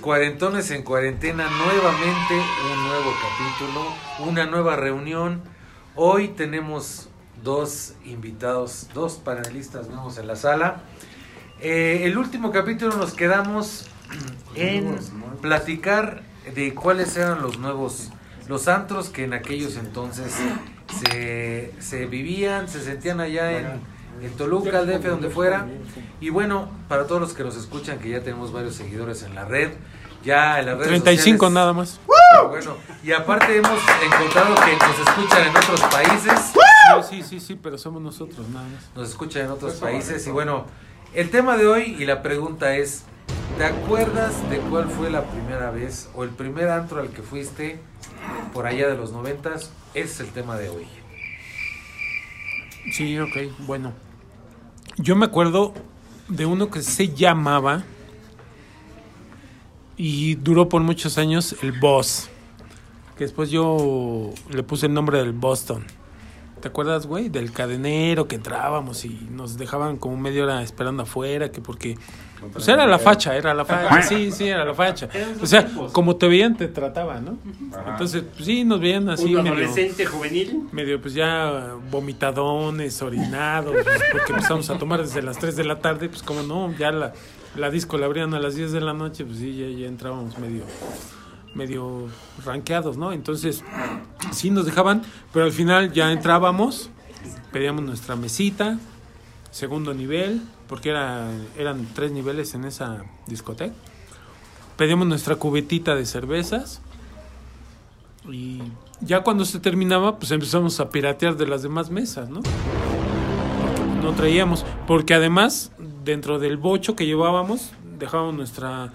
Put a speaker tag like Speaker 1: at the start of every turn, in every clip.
Speaker 1: cuarentones en cuarentena, nuevamente un nuevo capítulo, una nueva reunión. Hoy tenemos dos invitados, dos panelistas nuevos en la sala. Eh, el último capítulo nos quedamos en platicar de cuáles eran los nuevos, los antros que en aquellos entonces se, se vivían, se sentían allá en, en Toluca, el DF, donde fuera. Y bueno, para todos los que nos escuchan, que ya tenemos varios seguidores en la red, ya en las redes
Speaker 2: 35
Speaker 1: sociales,
Speaker 2: nada más.
Speaker 1: pero Bueno, y aparte hemos encontrado que nos escuchan en otros países.
Speaker 2: No, sí, sí, sí, pero somos nosotros nada más.
Speaker 1: nos escuchan en otros países. Y bueno, el tema de hoy y la pregunta es, ¿te acuerdas de cuál fue la primera vez o el primer antro al que fuiste por allá de los noventas? Ese es el tema de hoy.
Speaker 2: Sí, ok, bueno. Yo me acuerdo de uno que se llamaba y duró por muchos años el Boss. Que después yo le puse el nombre del Boston. ¿Te acuerdas, güey? Del cadenero que entrábamos y nos dejaban como media hora esperando afuera, que porque... Pues era la facha, era la facha. Sí, sí, era la facha. O sea, como te veían, te trataban, ¿no? Entonces, pues, sí, nos veían así.
Speaker 3: un
Speaker 2: medio-
Speaker 3: adolescente juvenil.
Speaker 2: medio pues ya vomitadones, orinados, pues, porque empezamos a tomar desde las 3 de la tarde, pues como no, ya la, la disco la abrían a las 10 de la noche, pues sí, ya, ya entrábamos medio medio ranqueados, ¿no? Entonces, sí nos dejaban, pero al final ya entrábamos, pedíamos nuestra mesita, segundo nivel, porque era, eran tres niveles en esa discoteca. Pedíamos nuestra cubetita de cervezas y ya cuando se terminaba, pues empezamos a piratear de las demás mesas, ¿no? Porque No traíamos, porque además dentro del bocho que llevábamos dejábamos nuestra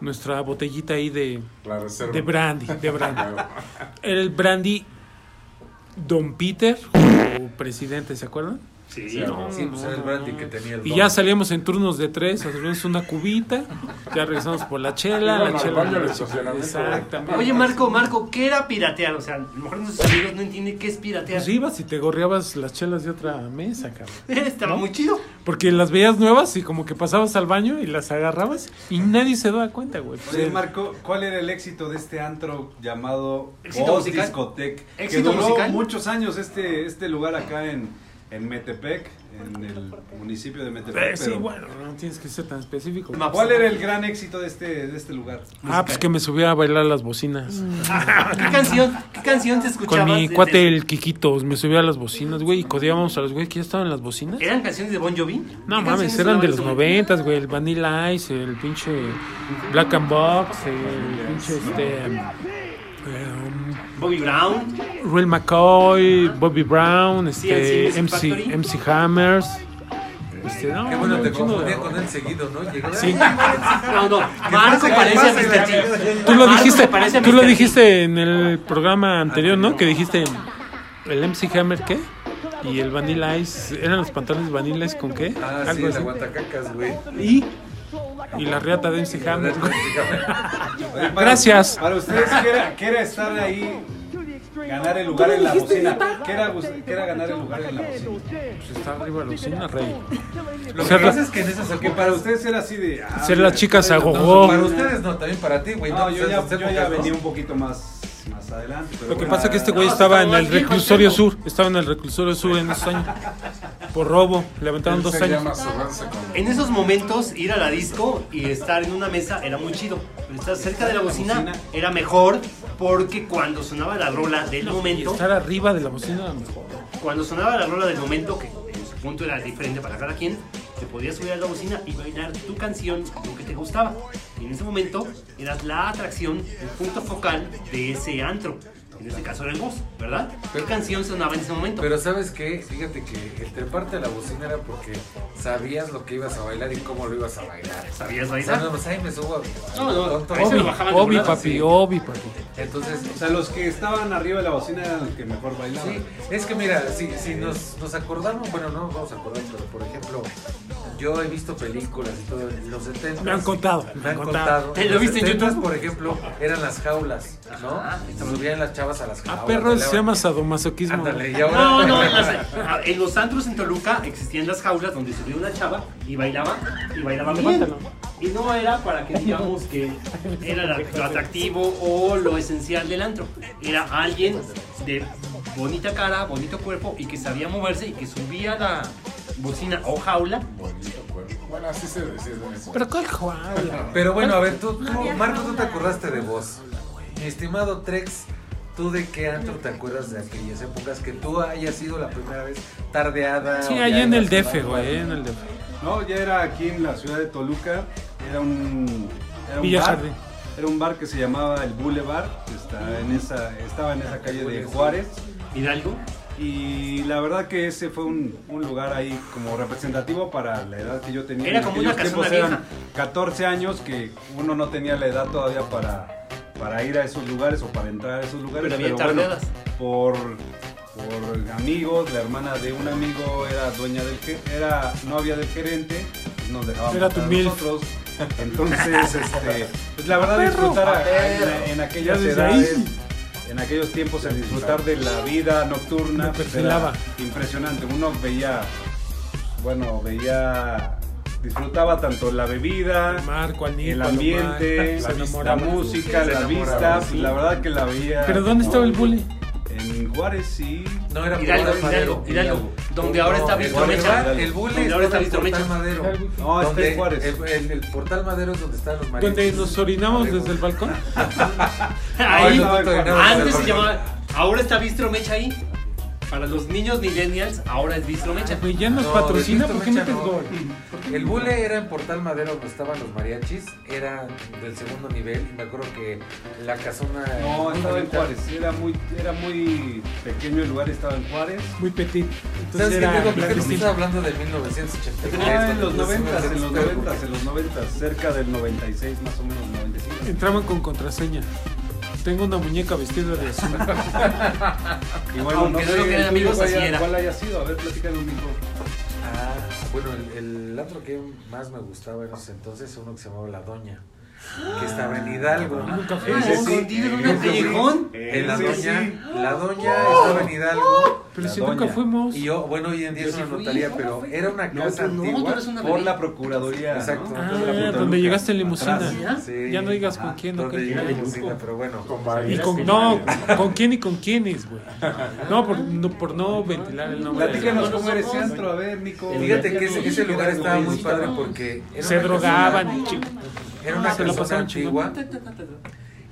Speaker 2: nuestra botellita ahí de,
Speaker 4: La reserva.
Speaker 2: de brandy, de brandy. Era el brandy Don Peter o presidente, ¿se acuerdan?
Speaker 3: Sí,
Speaker 4: Sí,
Speaker 3: no.
Speaker 1: Sí, pues era el brandy que tenía el
Speaker 2: Y
Speaker 1: don.
Speaker 2: ya salíamos en turnos de tres, hacíamos una cubita, ya regresamos por la chela,
Speaker 4: Iban
Speaker 2: la
Speaker 4: al
Speaker 2: chela.
Speaker 4: baño al estacionamiento.
Speaker 2: Exactamente.
Speaker 3: Oye, Marco, Marco, ¿qué era piratear? O sea, a lo mejor nuestros amigos no entienden qué es piratear.
Speaker 2: Pues ibas y te gorreabas las chelas de otra mesa, cabrón.
Speaker 3: Estaba muy chido.
Speaker 2: Porque las veías nuevas y como que pasabas al baño y las agarrabas y nadie se daba cuenta, güey. Pues,
Speaker 5: Oye,
Speaker 2: eh,
Speaker 5: Marco, ¿cuál era el éxito de este antro llamado
Speaker 3: ¿Éxito
Speaker 5: Voz
Speaker 3: musical?
Speaker 5: Discotec? Que
Speaker 3: ¿Éxito
Speaker 5: duró
Speaker 3: musical?
Speaker 5: muchos años este, este lugar acá en, en Metepec, en el municipio de Metepec.
Speaker 2: eh, sí,
Speaker 5: pero
Speaker 2: bueno, pues, no tienes que ser tan específico.
Speaker 3: Ma-
Speaker 5: ¿Cuál era el gran éxito de este, de este lugar?
Speaker 2: Ah, pues que me subía a bailar las bocinas.
Speaker 3: ¿Qué canción, qué canción te escuchabas?
Speaker 2: Con mi
Speaker 3: de-
Speaker 2: cuate
Speaker 3: de-
Speaker 2: el Quiquitos, me subía a las bocinas, güey, y codiábamos a los güey que ya estaban en las bocinas.
Speaker 3: ¿Eran canciones de Bon Jovi?
Speaker 2: No
Speaker 3: ¿Qué
Speaker 2: mames, eran de
Speaker 3: canciones sonaban
Speaker 2: los
Speaker 3: en tu-
Speaker 2: noventas, güey, el Vanilla Ice, el pinche Black and Box, el pinche este... em,
Speaker 3: Bobby Brown.
Speaker 2: Real McCoy, Bobby Brown, este,
Speaker 3: CNC
Speaker 2: MC,
Speaker 3: Factory.
Speaker 2: MC Hammers. Este, no,
Speaker 1: Qué bueno,
Speaker 2: no,
Speaker 1: te
Speaker 2: un chingo de-
Speaker 1: confundía con él seguido, ¿no? Llegaba, "Ah,
Speaker 2: Sí.
Speaker 3: No, no. Marco
Speaker 1: pase,
Speaker 3: parece a
Speaker 1: pase,
Speaker 3: Mr.
Speaker 1: que
Speaker 3: T.
Speaker 2: Tú lo
Speaker 3: Marco
Speaker 2: dijiste,
Speaker 3: me parece a
Speaker 2: tú lo
Speaker 3: Mr. T.
Speaker 2: dijiste en el programa anterior, ¿no? Que dijiste el MC Hammer qué? Y el Vanilla Ice, eran los pantalones Vanilla Ice con qué?
Speaker 1: Ah, sí, la guatacacas, güey.
Speaker 2: Y y la reata de MC Hammer.
Speaker 5: Oye, para-
Speaker 2: Gracias.
Speaker 5: Para ustedes, ¿qué era, qué era estar ahí, ganar el lugar en la bocina? ¿Qué era, gust- qué era ganar el lugar en la bocina?
Speaker 2: Pues está arriba la bocina, rey.
Speaker 1: Lo que
Speaker 2: Ser la-
Speaker 1: pasa es que en esas
Speaker 5: Porque
Speaker 1: épocas...
Speaker 5: para ustedes era así de... ah,
Speaker 2: Ser las
Speaker 5: mira,
Speaker 2: chicas a
Speaker 1: No,
Speaker 2: gogó.
Speaker 1: para ustedes no, también para ti, güey.
Speaker 5: No,
Speaker 1: pues,
Speaker 5: yo ya,
Speaker 1: esas
Speaker 5: yo ya
Speaker 1: épocas, ¿no?
Speaker 5: venía un poquito más, más adelante. pero
Speaker 2: Lo que
Speaker 5: bueno.
Speaker 2: pasa es que este güey
Speaker 3: No,
Speaker 2: estaba en
Speaker 3: estaba
Speaker 2: el
Speaker 3: viejo el
Speaker 2: reclusorio
Speaker 3: pedo.
Speaker 2: sur, estaba en el reclusorio sur en esos años. Por robo, le aventaron
Speaker 4: Él
Speaker 2: dos
Speaker 4: se
Speaker 2: años.
Speaker 4: llama Sorranza con-
Speaker 3: En esos momentos, ir a la disco y estar en una mesa era muy chido. Pero estar cerca de la bocina era mejor porque cuando sonaba la rola del
Speaker 2: Y
Speaker 3: momento,
Speaker 2: estar arriba de la bocina era mejor.
Speaker 3: cuando sonaba la rola del momento, que en su punto era diferente para cada quien, te podías subir a la bocina y bailar tu canción, lo que te gustaba. Y en ese momento eras la atracción, el punto focal de ese antro. En este caso era el voz, ¿verdad? ¿Qué canción sonaba en ese momento?
Speaker 1: Pero sabes qué, fíjate que el treparte a la bocina era porque sabías lo que ibas a bailar y cómo lo ibas a bailar.
Speaker 3: ¿Sabías
Speaker 1: O sea,
Speaker 3: bailar?
Speaker 1: no, pues, ay, me subo a...
Speaker 3: No, no,
Speaker 1: tonto.
Speaker 3: ahí se lo
Speaker 2: Obi,
Speaker 3: bajaban de
Speaker 2: obi,
Speaker 3: volada,
Speaker 2: papi,
Speaker 1: sí. Ah,
Speaker 2: obi, papi.
Speaker 1: Entonces,
Speaker 5: O sea, los que estaban arriba de la bocina eran los que mejor bailaban.
Speaker 1: sí, es que mira, si, si nos, nos acordamos, bueno, no nos vamos a acordar, pero por ejemplo, yo he visto películas y todo en los 70.
Speaker 2: Me han contado,
Speaker 1: Me han contado.
Speaker 3: ¿Te lo viste en
Speaker 1: Los 70s,
Speaker 3: YouTube?
Speaker 1: Por ejemplo, eran las jaulas, ¿no? Subían las chavas a las jaulas.
Speaker 2: A perros Ah, se
Speaker 1: bailaban.
Speaker 2: llama sadomasoquismo.
Speaker 1: Ándale, y ahora.
Speaker 3: No, no, en, las- a- en los antros en Toluca existían las jaulas donde subía una chava y bailaba, y bailaba bien.
Speaker 2: Levántalo.
Speaker 3: Y no era para que digamos que era la- lo atractivo o lo esencial del antro. Era alguien de bonita cara, bonito cuerpo y que sabía moverse y que subía la bocina o jaula.
Speaker 4: Bonito cuerpo. Bueno, así se decía. ¿no?
Speaker 2: Pero ¿cuál Juan?
Speaker 1: Pero bueno, a ver, tú, tú, Marco, tú te acordaste de vos. Mi estimado Trex, ¿tú de qué antro te acuerdas de aquellas épocas que tú hayas sido la primera vez tardeada?
Speaker 2: Sí,
Speaker 1: o
Speaker 2: ahí
Speaker 1: ya
Speaker 2: en el
Speaker 1: ibas
Speaker 2: DF,
Speaker 1: tomando
Speaker 2: güey,
Speaker 1: algo?
Speaker 2: en el DF.
Speaker 5: No, ya era aquí en la ciudad de Toluca. Era un, era un
Speaker 2: Villa
Speaker 5: bar.
Speaker 2: Jardín.
Speaker 5: Era un bar que se llamaba el Boulevard. que Está en esa, estaba en esa calle de Juárez.
Speaker 3: Hidalgo.
Speaker 5: Y la verdad que ese fue un, un lugar ahí como representativo para la edad que yo tenía.
Speaker 3: Era
Speaker 5: En
Speaker 3: como una
Speaker 5: aquellos
Speaker 3: casona
Speaker 5: tiempos eran 14 años que uno no tenía la edad todavía para, para ir a esos lugares o para entrar a esos lugares.
Speaker 3: Pero había
Speaker 5: bueno,
Speaker 3: tardeadas.
Speaker 5: por, por amigos, la hermana de un amigo era dueña del ge- era novia del gerente, pues nos dejábamos
Speaker 2: Era tu
Speaker 5: a
Speaker 2: milf.
Speaker 5: nosotros. Entonces, este, pues la verdad
Speaker 2: Perro.
Speaker 5: disfrutar a- a- en, en aquellas
Speaker 2: Ya desde
Speaker 5: edades
Speaker 2: ahí.
Speaker 5: en aquellos tiempos el disfrutar de la vida nocturna
Speaker 2: Me
Speaker 5: pues,
Speaker 2: perfilaba.
Speaker 5: era impresionante. Uno veía, bueno, veía, disfrutaba tanto la bebida,
Speaker 2: Marco, al Nico,
Speaker 5: el
Speaker 2: al Omar,
Speaker 5: ambiente,
Speaker 2: se
Speaker 5: la,
Speaker 2: enamoraba.
Speaker 5: música,
Speaker 4: Se
Speaker 5: la
Speaker 4: enamoraba,
Speaker 5: vista.
Speaker 4: sí.
Speaker 5: pues, La verdad que la veía.
Speaker 2: Pero ¿dónde estaba el bully?
Speaker 5: En Juárez sí.
Speaker 1: No, era
Speaker 3: Hidalgo,
Speaker 1: Portal
Speaker 3: Hidalgo,
Speaker 1: Madero.
Speaker 3: Hidalgo. Donde ahora está
Speaker 1: No,
Speaker 3: Víctor
Speaker 1: el
Speaker 3: Mecha.
Speaker 1: Boulevard, El bully
Speaker 3: Donde ahora está
Speaker 1: está en el
Speaker 3: Víctor Mecha.
Speaker 1: Portal Madero.
Speaker 5: No, está en
Speaker 1: Donde
Speaker 5: Juárez.
Speaker 1: El, el- el Portal Madero es donde están los mariachis.
Speaker 2: Donde nos orinamos
Speaker 1: Madero.
Speaker 2: desde el balcón.
Speaker 3: Ahí.
Speaker 5: no,
Speaker 3: Antes se llamaba. Ahora está Bistro Mecha ahí. Para los niños millennials, ahora es Bistro Mecha.
Speaker 2: Güey, ya nos patrocina, ¿por qué metes gol?
Speaker 1: El bule era en Portal Madero donde estaban los mariachis, era del segundo nivel y me acuerdo que la casona...
Speaker 5: No,
Speaker 1: muy
Speaker 5: estaba en
Speaker 1: bonita.
Speaker 5: Juárez. Era muy, era muy pequeño el lugar, estaba en Juárez.
Speaker 2: Muy petit.
Speaker 1: ¿Sabes
Speaker 2: Entonces
Speaker 1: qué?
Speaker 2: era
Speaker 1: Diego? ¿Por qué no
Speaker 2: clandestino.
Speaker 1: estás hablando de 1983?
Speaker 5: Ah, en los
Speaker 1: Cuando se me
Speaker 5: 90,
Speaker 1: hace
Speaker 5: en los
Speaker 1: este
Speaker 5: 90,
Speaker 1: bule.
Speaker 5: en los 90, cerca del 96 más o menos, 95.
Speaker 2: Entraban con contraseña. Tengo una muñeca vestida de azul.
Speaker 5: Y bueno,
Speaker 3: Aunque no lo
Speaker 5: sé,
Speaker 3: crean,
Speaker 5: ¿tú
Speaker 3: amigos,
Speaker 5: cuál
Speaker 3: así
Speaker 5: haya-
Speaker 3: era.
Speaker 5: ¿Cuál haya sido? A ver, platícanos, mijo.
Speaker 1: Ah, bueno, el, el antro que más me gustaba en ese entonces uno que se llamaba La Doña, que estaba en Hidalgo.
Speaker 2: Nunca fui.
Speaker 3: Ah,
Speaker 5: Ese sí.
Speaker 3: escondido en un
Speaker 5: Ese sí.
Speaker 3: callejón.
Speaker 1: En La
Speaker 5: Ese
Speaker 1: Doña,
Speaker 5: sí.
Speaker 1: La Doña estaba en Hidalgo.
Speaker 2: Pero
Speaker 5: La
Speaker 2: si
Speaker 5: doña.
Speaker 2: nunca fuimos.
Speaker 1: Y yo, bueno, hoy en día
Speaker 3: Yo
Speaker 1: es
Speaker 3: sí
Speaker 1: una
Speaker 3: fui,
Speaker 1: notaría,
Speaker 3: no,
Speaker 1: pero
Speaker 3: fui.
Speaker 1: era una
Speaker 5: No,
Speaker 1: casa
Speaker 5: tú no,
Speaker 3: tú
Speaker 1: antigua.
Speaker 3: eres una
Speaker 5: Por
Speaker 3: bebé.
Speaker 5: la Procuraduría. ¿no?
Speaker 1: Exacto.
Speaker 2: Ah,
Speaker 1: Entonces, la punta
Speaker 2: donde
Speaker 1: Luca.
Speaker 2: llegaste en limusina.
Speaker 5: Atrás.
Speaker 1: Sí.
Speaker 2: Ya no digas con
Speaker 1: Ajá,
Speaker 2: quién, no
Speaker 1: donde
Speaker 2: con
Speaker 1: llegué en
Speaker 2: quién.
Speaker 1: limusina, pero bueno.
Speaker 4: Con
Speaker 2: Y
Speaker 4: varias
Speaker 2: con, no, con quién y con quiénes, güey. No por, no, por no ventilar el nombre. de
Speaker 5: Platícanos
Speaker 2: la-
Speaker 5: cómo eres centro, a ver, Nico.
Speaker 1: Fíjate que ese, ese
Speaker 5: Era
Speaker 1: lugar estaba muy
Speaker 5: turista,
Speaker 1: padre
Speaker 5: ¿no?
Speaker 1: porque era
Speaker 2: Se
Speaker 1: una
Speaker 2: drogaban.
Speaker 1: casona-
Speaker 2: y ching-
Speaker 1: era una
Speaker 2: Se la
Speaker 1: casona
Speaker 2: pasaban chingón.
Speaker 1: antigua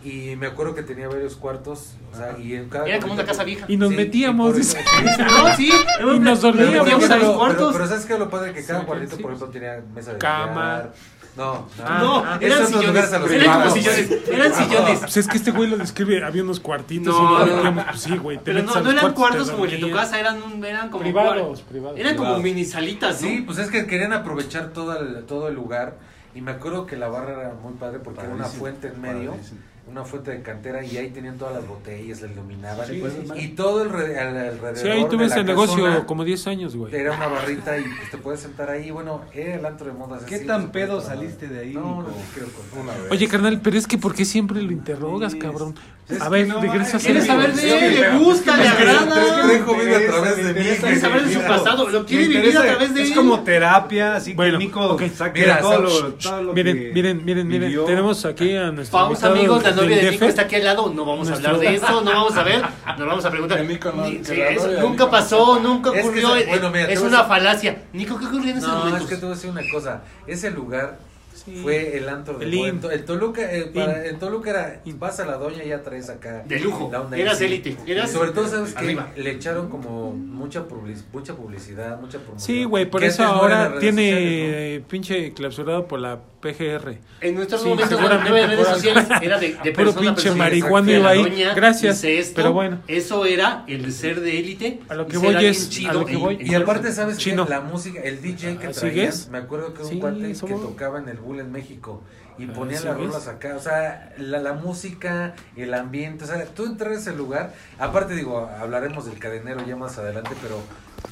Speaker 1: y me acuerdo que tenía varios cuartos, o sea, y en cada
Speaker 3: Era como una casa vieja.
Speaker 2: Y nos
Speaker 1: Sí,
Speaker 2: metíamos.
Speaker 1: y por-
Speaker 2: dice.
Speaker 3: No, sí.
Speaker 2: Y
Speaker 1: Pero,
Speaker 2: nos dormíamos
Speaker 1: por
Speaker 3: Íbamos a
Speaker 1: ejemplo,
Speaker 3: los
Speaker 1: pero-
Speaker 3: cuartos.
Speaker 1: pero sabes que lo padre que cada
Speaker 2: Sí,
Speaker 1: cuartito,
Speaker 2: sí.
Speaker 1: por ejemplo, tenía mesa de
Speaker 2: Cama.
Speaker 1: billar. No,
Speaker 2: Ah,
Speaker 3: No,
Speaker 2: ah,
Speaker 3: eran
Speaker 1: esos son
Speaker 3: sillones.
Speaker 1: lugares a los
Speaker 3: Eran
Speaker 1: que
Speaker 3: como
Speaker 1: vamos.
Speaker 3: sillones. Eran sillones.
Speaker 2: Pues es que este güey lo describe, había unos cuartitos.
Speaker 3: No,
Speaker 2: y nos
Speaker 3: no.
Speaker 2: metíamos, pues sí, güey. te
Speaker 3: Pero
Speaker 2: metes
Speaker 3: no,
Speaker 2: a los
Speaker 3: no eran
Speaker 2: cuartos,
Speaker 3: cuartos
Speaker 2: te
Speaker 3: como el de tu
Speaker 2: dormías.
Speaker 3: casa, eran, un- eran como
Speaker 2: Privados,
Speaker 3: cuar-
Speaker 2: privados.
Speaker 3: Eran como
Speaker 5: Privados.
Speaker 3: mini salitas, ¿no?
Speaker 1: Sí, pues es que querían aprovechar todo el, todo el lugar. Y me acuerdo que la barra era muy padre porque era una
Speaker 5: Padrísimo,
Speaker 1: fuente en medio,
Speaker 5: padrísimo.
Speaker 1: una fuente de cantera, y ahí tenían todas las botellas, la iluminaban.
Speaker 5: Sí,
Speaker 1: y,
Speaker 5: pues,
Speaker 1: y todo el re- al- alrededor.
Speaker 2: Sí, ahí
Speaker 1: de
Speaker 2: tuve
Speaker 1: la
Speaker 2: ese negocio
Speaker 1: casona
Speaker 2: como 10 años, güey.
Speaker 1: Era una barrita y pues, te puedes sentar ahí. Bueno, era el antro de modas.
Speaker 5: ¿Qué
Speaker 1: así,
Speaker 5: tan
Speaker 1: pues,
Speaker 5: pedo
Speaker 1: para-
Speaker 5: saliste de ahí,
Speaker 1: No, no
Speaker 5: Nico?
Speaker 1: te quiero contar.
Speaker 4: Una vez.
Speaker 2: Oye, carnal, pero es que ¿por qué siempre lo interrogas,
Speaker 5: Sí,
Speaker 2: cabrón?
Speaker 5: es
Speaker 2: A
Speaker 5: que
Speaker 2: ver,
Speaker 5: no,
Speaker 2: regresa a
Speaker 5: ¿quieres
Speaker 3: Quiere saber
Speaker 5: Sí,
Speaker 3: de él,
Speaker 5: pero-
Speaker 3: le gusta, le
Speaker 5: Es que me interesa,
Speaker 3: agrada.
Speaker 1: Trejo vive a través de
Speaker 5: me
Speaker 1: mí,
Speaker 5: interesa,
Speaker 1: quiere
Speaker 5: me
Speaker 1: saber
Speaker 3: de su
Speaker 5: interesa.
Speaker 3: pasado, lo quiere
Speaker 5: Me
Speaker 3: vivir
Speaker 5: interesa,
Speaker 3: a través de
Speaker 5: Es
Speaker 3: él.
Speaker 5: como terapia, así
Speaker 2: Bueno,
Speaker 5: que Nico
Speaker 2: ok.
Speaker 5: saque
Speaker 1: Mira,
Speaker 5: todo,
Speaker 1: son-
Speaker 5: lo, todo lo que
Speaker 2: Miren, miren, miren, miren.
Speaker 5: vivió.
Speaker 2: Tenemos aquí a nuestro.
Speaker 3: Vamos
Speaker 2: invitado
Speaker 3: amigos, la
Speaker 2: del
Speaker 3: novia de
Speaker 2: DF.
Speaker 3: Nico está aquí al lado, no vamos a hablar de eso, no vamos a ver, nos vamos a preguntar.
Speaker 4: Que Nico no-
Speaker 3: Ni-
Speaker 4: que la
Speaker 3: eso
Speaker 4: novia de
Speaker 3: nunca
Speaker 4: Nico-
Speaker 3: pasó, nunca
Speaker 1: Es que
Speaker 3: ocurrió,
Speaker 1: se-
Speaker 3: eh,
Speaker 1: bueno, mira, te
Speaker 3: es
Speaker 1: voy a
Speaker 3: una
Speaker 1: decir-
Speaker 3: falacia. Nico, ¿qué ocurrió en ese
Speaker 1: No,
Speaker 3: momento?
Speaker 1: es que te voy a decir una cosa. Ese lugar
Speaker 2: Sí.
Speaker 1: fue el antro de
Speaker 2: El
Speaker 1: moda.
Speaker 2: in.
Speaker 1: En To- El Toluca, eh, para-
Speaker 2: In.
Speaker 1: en Toluca era,
Speaker 2: In.
Speaker 1: vas a la doña y ya traes acá.
Speaker 3: De lujo.
Speaker 1: la onda
Speaker 3: Eras
Speaker 1: sí.
Speaker 3: élite, eras
Speaker 1: Sobre todo, ¿sabes que
Speaker 3: arriba.
Speaker 1: Le echaron como mucha, public- mucha publicidad, mucha promoción.
Speaker 2: Sí, güey, por
Speaker 1: Que
Speaker 2: eso
Speaker 1: antes no eran
Speaker 2: ahora
Speaker 1: redes
Speaker 2: tiene
Speaker 1: sociales,
Speaker 2: eh, pinche clausurado por la PGR.
Speaker 3: En nuestros
Speaker 2: Sí,
Speaker 3: momentos no
Speaker 2: seguramente
Speaker 3: había redes
Speaker 2: por
Speaker 3: sociales,
Speaker 2: algo.
Speaker 3: era de, de
Speaker 2: Puro
Speaker 3: persona a
Speaker 2: pinche
Speaker 3: persona.
Speaker 2: marihuana
Speaker 3: Exacto.
Speaker 2: iba ahí.
Speaker 3: La doña
Speaker 2: Gracias,
Speaker 3: dice esto,
Speaker 2: pero bueno.
Speaker 3: Eso era el ser de élite.
Speaker 2: A lo que
Speaker 3: ser
Speaker 2: voy
Speaker 3: alguien
Speaker 2: es- a
Speaker 3: chido
Speaker 2: lo que
Speaker 3: e-
Speaker 2: voy-
Speaker 3: e-
Speaker 1: ¿no? Y aparte, ¿sabes qué?
Speaker 2: Chino.
Speaker 1: La música, el DJ que
Speaker 2: ¿Así
Speaker 1: traían,
Speaker 2: es?
Speaker 1: me acuerdo que era un
Speaker 2: Sí,
Speaker 1: cuate que
Speaker 2: somos-
Speaker 1: tocaba en el Bull en México y
Speaker 2: Ah,
Speaker 1: ponía
Speaker 2: ¿sí
Speaker 1: las
Speaker 2: ves?
Speaker 1: rolas acá, o sea, la, la música, el ambiente, o sea, tú entras a ese lugar, aparte digo, hablaremos del cadenero ya más adelante, pero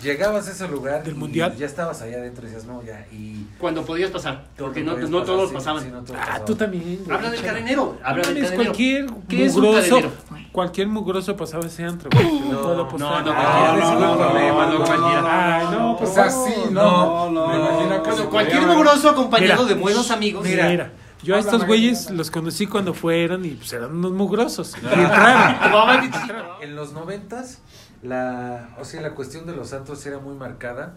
Speaker 1: llegabas a ese lugar
Speaker 2: ¿Del
Speaker 1: y
Speaker 2: mundial?
Speaker 1: ya estabas allá adentro y decías, no, ya, y...
Speaker 3: cuando podías pasar, porque no,
Speaker 1: podías
Speaker 3: no
Speaker 1: pasar,
Speaker 3: todos
Speaker 1: sí,
Speaker 3: pasaban.
Speaker 1: sí, no todos
Speaker 2: Ah,
Speaker 1: pasaban.
Speaker 2: tú también. güey.
Speaker 3: Habla del cadenero, habla del
Speaker 2: Mames,
Speaker 3: cadenero.
Speaker 2: cualquier
Speaker 3: ¿Qué es un
Speaker 2: mugroso
Speaker 3: cadenero?
Speaker 2: cualquier mugroso pasaba ese antro. güey, te lo
Speaker 1: No,
Speaker 2: puedo
Speaker 1: no,
Speaker 2: apostar.
Speaker 3: no,
Speaker 1: Ah,
Speaker 5: no,
Speaker 1: ese es
Speaker 5: no,
Speaker 1: un
Speaker 5: no,
Speaker 1: problema,
Speaker 5: no,
Speaker 1: no, cualquiera.
Speaker 5: no,
Speaker 2: Ay, no,
Speaker 4: O
Speaker 2: por
Speaker 4: sea,
Speaker 2: favor.
Speaker 4: sí,
Speaker 1: no,
Speaker 4: no, no.
Speaker 1: me
Speaker 4: Me
Speaker 1: imagino
Speaker 4: imagino
Speaker 1: que se
Speaker 4: cuando
Speaker 3: Cualquier mugroso acompañado de buenos amigos.
Speaker 1: Mira.
Speaker 2: Mira, yo a
Speaker 4: Habla,
Speaker 2: estos
Speaker 4: Mario.
Speaker 2: güeyes los conocí cuando fueron y pues eran unos mugrosos. Y entraron.
Speaker 3: Tomaban y chitaban.
Speaker 1: En los noventas, la, o sea, la cuestión de los antros era muy marcada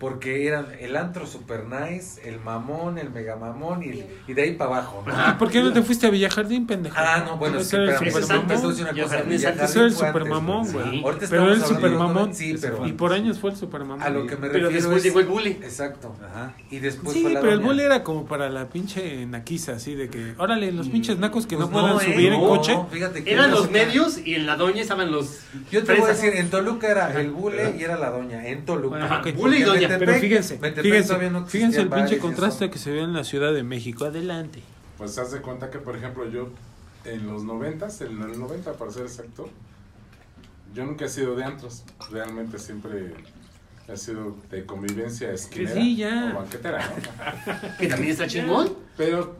Speaker 1: porque eran el antro super nice, el mamón, el mega mamón y, el- y de ahí para abajo. ¿no?
Speaker 2: ¿Y ¿Por qué no te fuiste a Villajardín, pendejo?
Speaker 1: Ah, no, bueno,
Speaker 2: Ese
Speaker 1: sí,
Speaker 2: era el
Speaker 1: espérame,
Speaker 3: ese es
Speaker 1: pero pues,
Speaker 2: supermamón.
Speaker 1: antes de una
Speaker 3: Yo
Speaker 1: cosa.
Speaker 3: Fernández
Speaker 1: Villa
Speaker 3: antes
Speaker 2: Ese era el
Speaker 1: fue antes,
Speaker 2: supermamón,
Speaker 1: güey.
Speaker 2: güey.
Speaker 3: Sí.
Speaker 1: Ahorita
Speaker 2: Pero
Speaker 1: estamos
Speaker 2: era el
Speaker 1: hablando de los
Speaker 2: supermamón.
Speaker 1: noventas, Sí, pero
Speaker 2: Y por años fue el supermamón.
Speaker 1: a lo que me
Speaker 3: Pero
Speaker 1: refiero
Speaker 3: después
Speaker 1: es-
Speaker 3: llegó el bully.
Speaker 1: Exacto.
Speaker 5: Ajá.
Speaker 1: Y después
Speaker 2: Sí,
Speaker 1: fue la
Speaker 2: pero el
Speaker 1: doña.
Speaker 2: bol era como para la pinche naquiza, así de que, órale, los pinches nacos que no,
Speaker 1: Pues
Speaker 2: puedan
Speaker 1: eh,
Speaker 2: subir en
Speaker 1: no,
Speaker 2: coche.
Speaker 1: no, fíjate que
Speaker 3: Eran
Speaker 1: no
Speaker 3: los
Speaker 1: se-
Speaker 3: medios y en la doña estaban los.
Speaker 1: Yo te voy a
Speaker 3: fresas.
Speaker 1: decir, en Toluca era el bule y era la doña. En Toluca.
Speaker 3: Bueno,
Speaker 1: Porque
Speaker 3: bule y
Speaker 1: en
Speaker 3: doña,
Speaker 1: Metepec-
Speaker 2: Pero fíjense,
Speaker 1: Metepec
Speaker 2: fíjense,
Speaker 1: todavía no existían
Speaker 2: fíjense el pinche
Speaker 1: bares y eso.
Speaker 2: contraste que se ve en la Ciudad de México. Adelante.
Speaker 4: Pues haz de cuenta que, por ejemplo, yo en los 90, en el 90 para ser exacto, yo nunca he sido de antros. Realmente siempre he sido de convivencia esquinera
Speaker 2: sí, ya.
Speaker 4: o banquetera, ¿no?
Speaker 3: Que también está chingón.
Speaker 4: Pero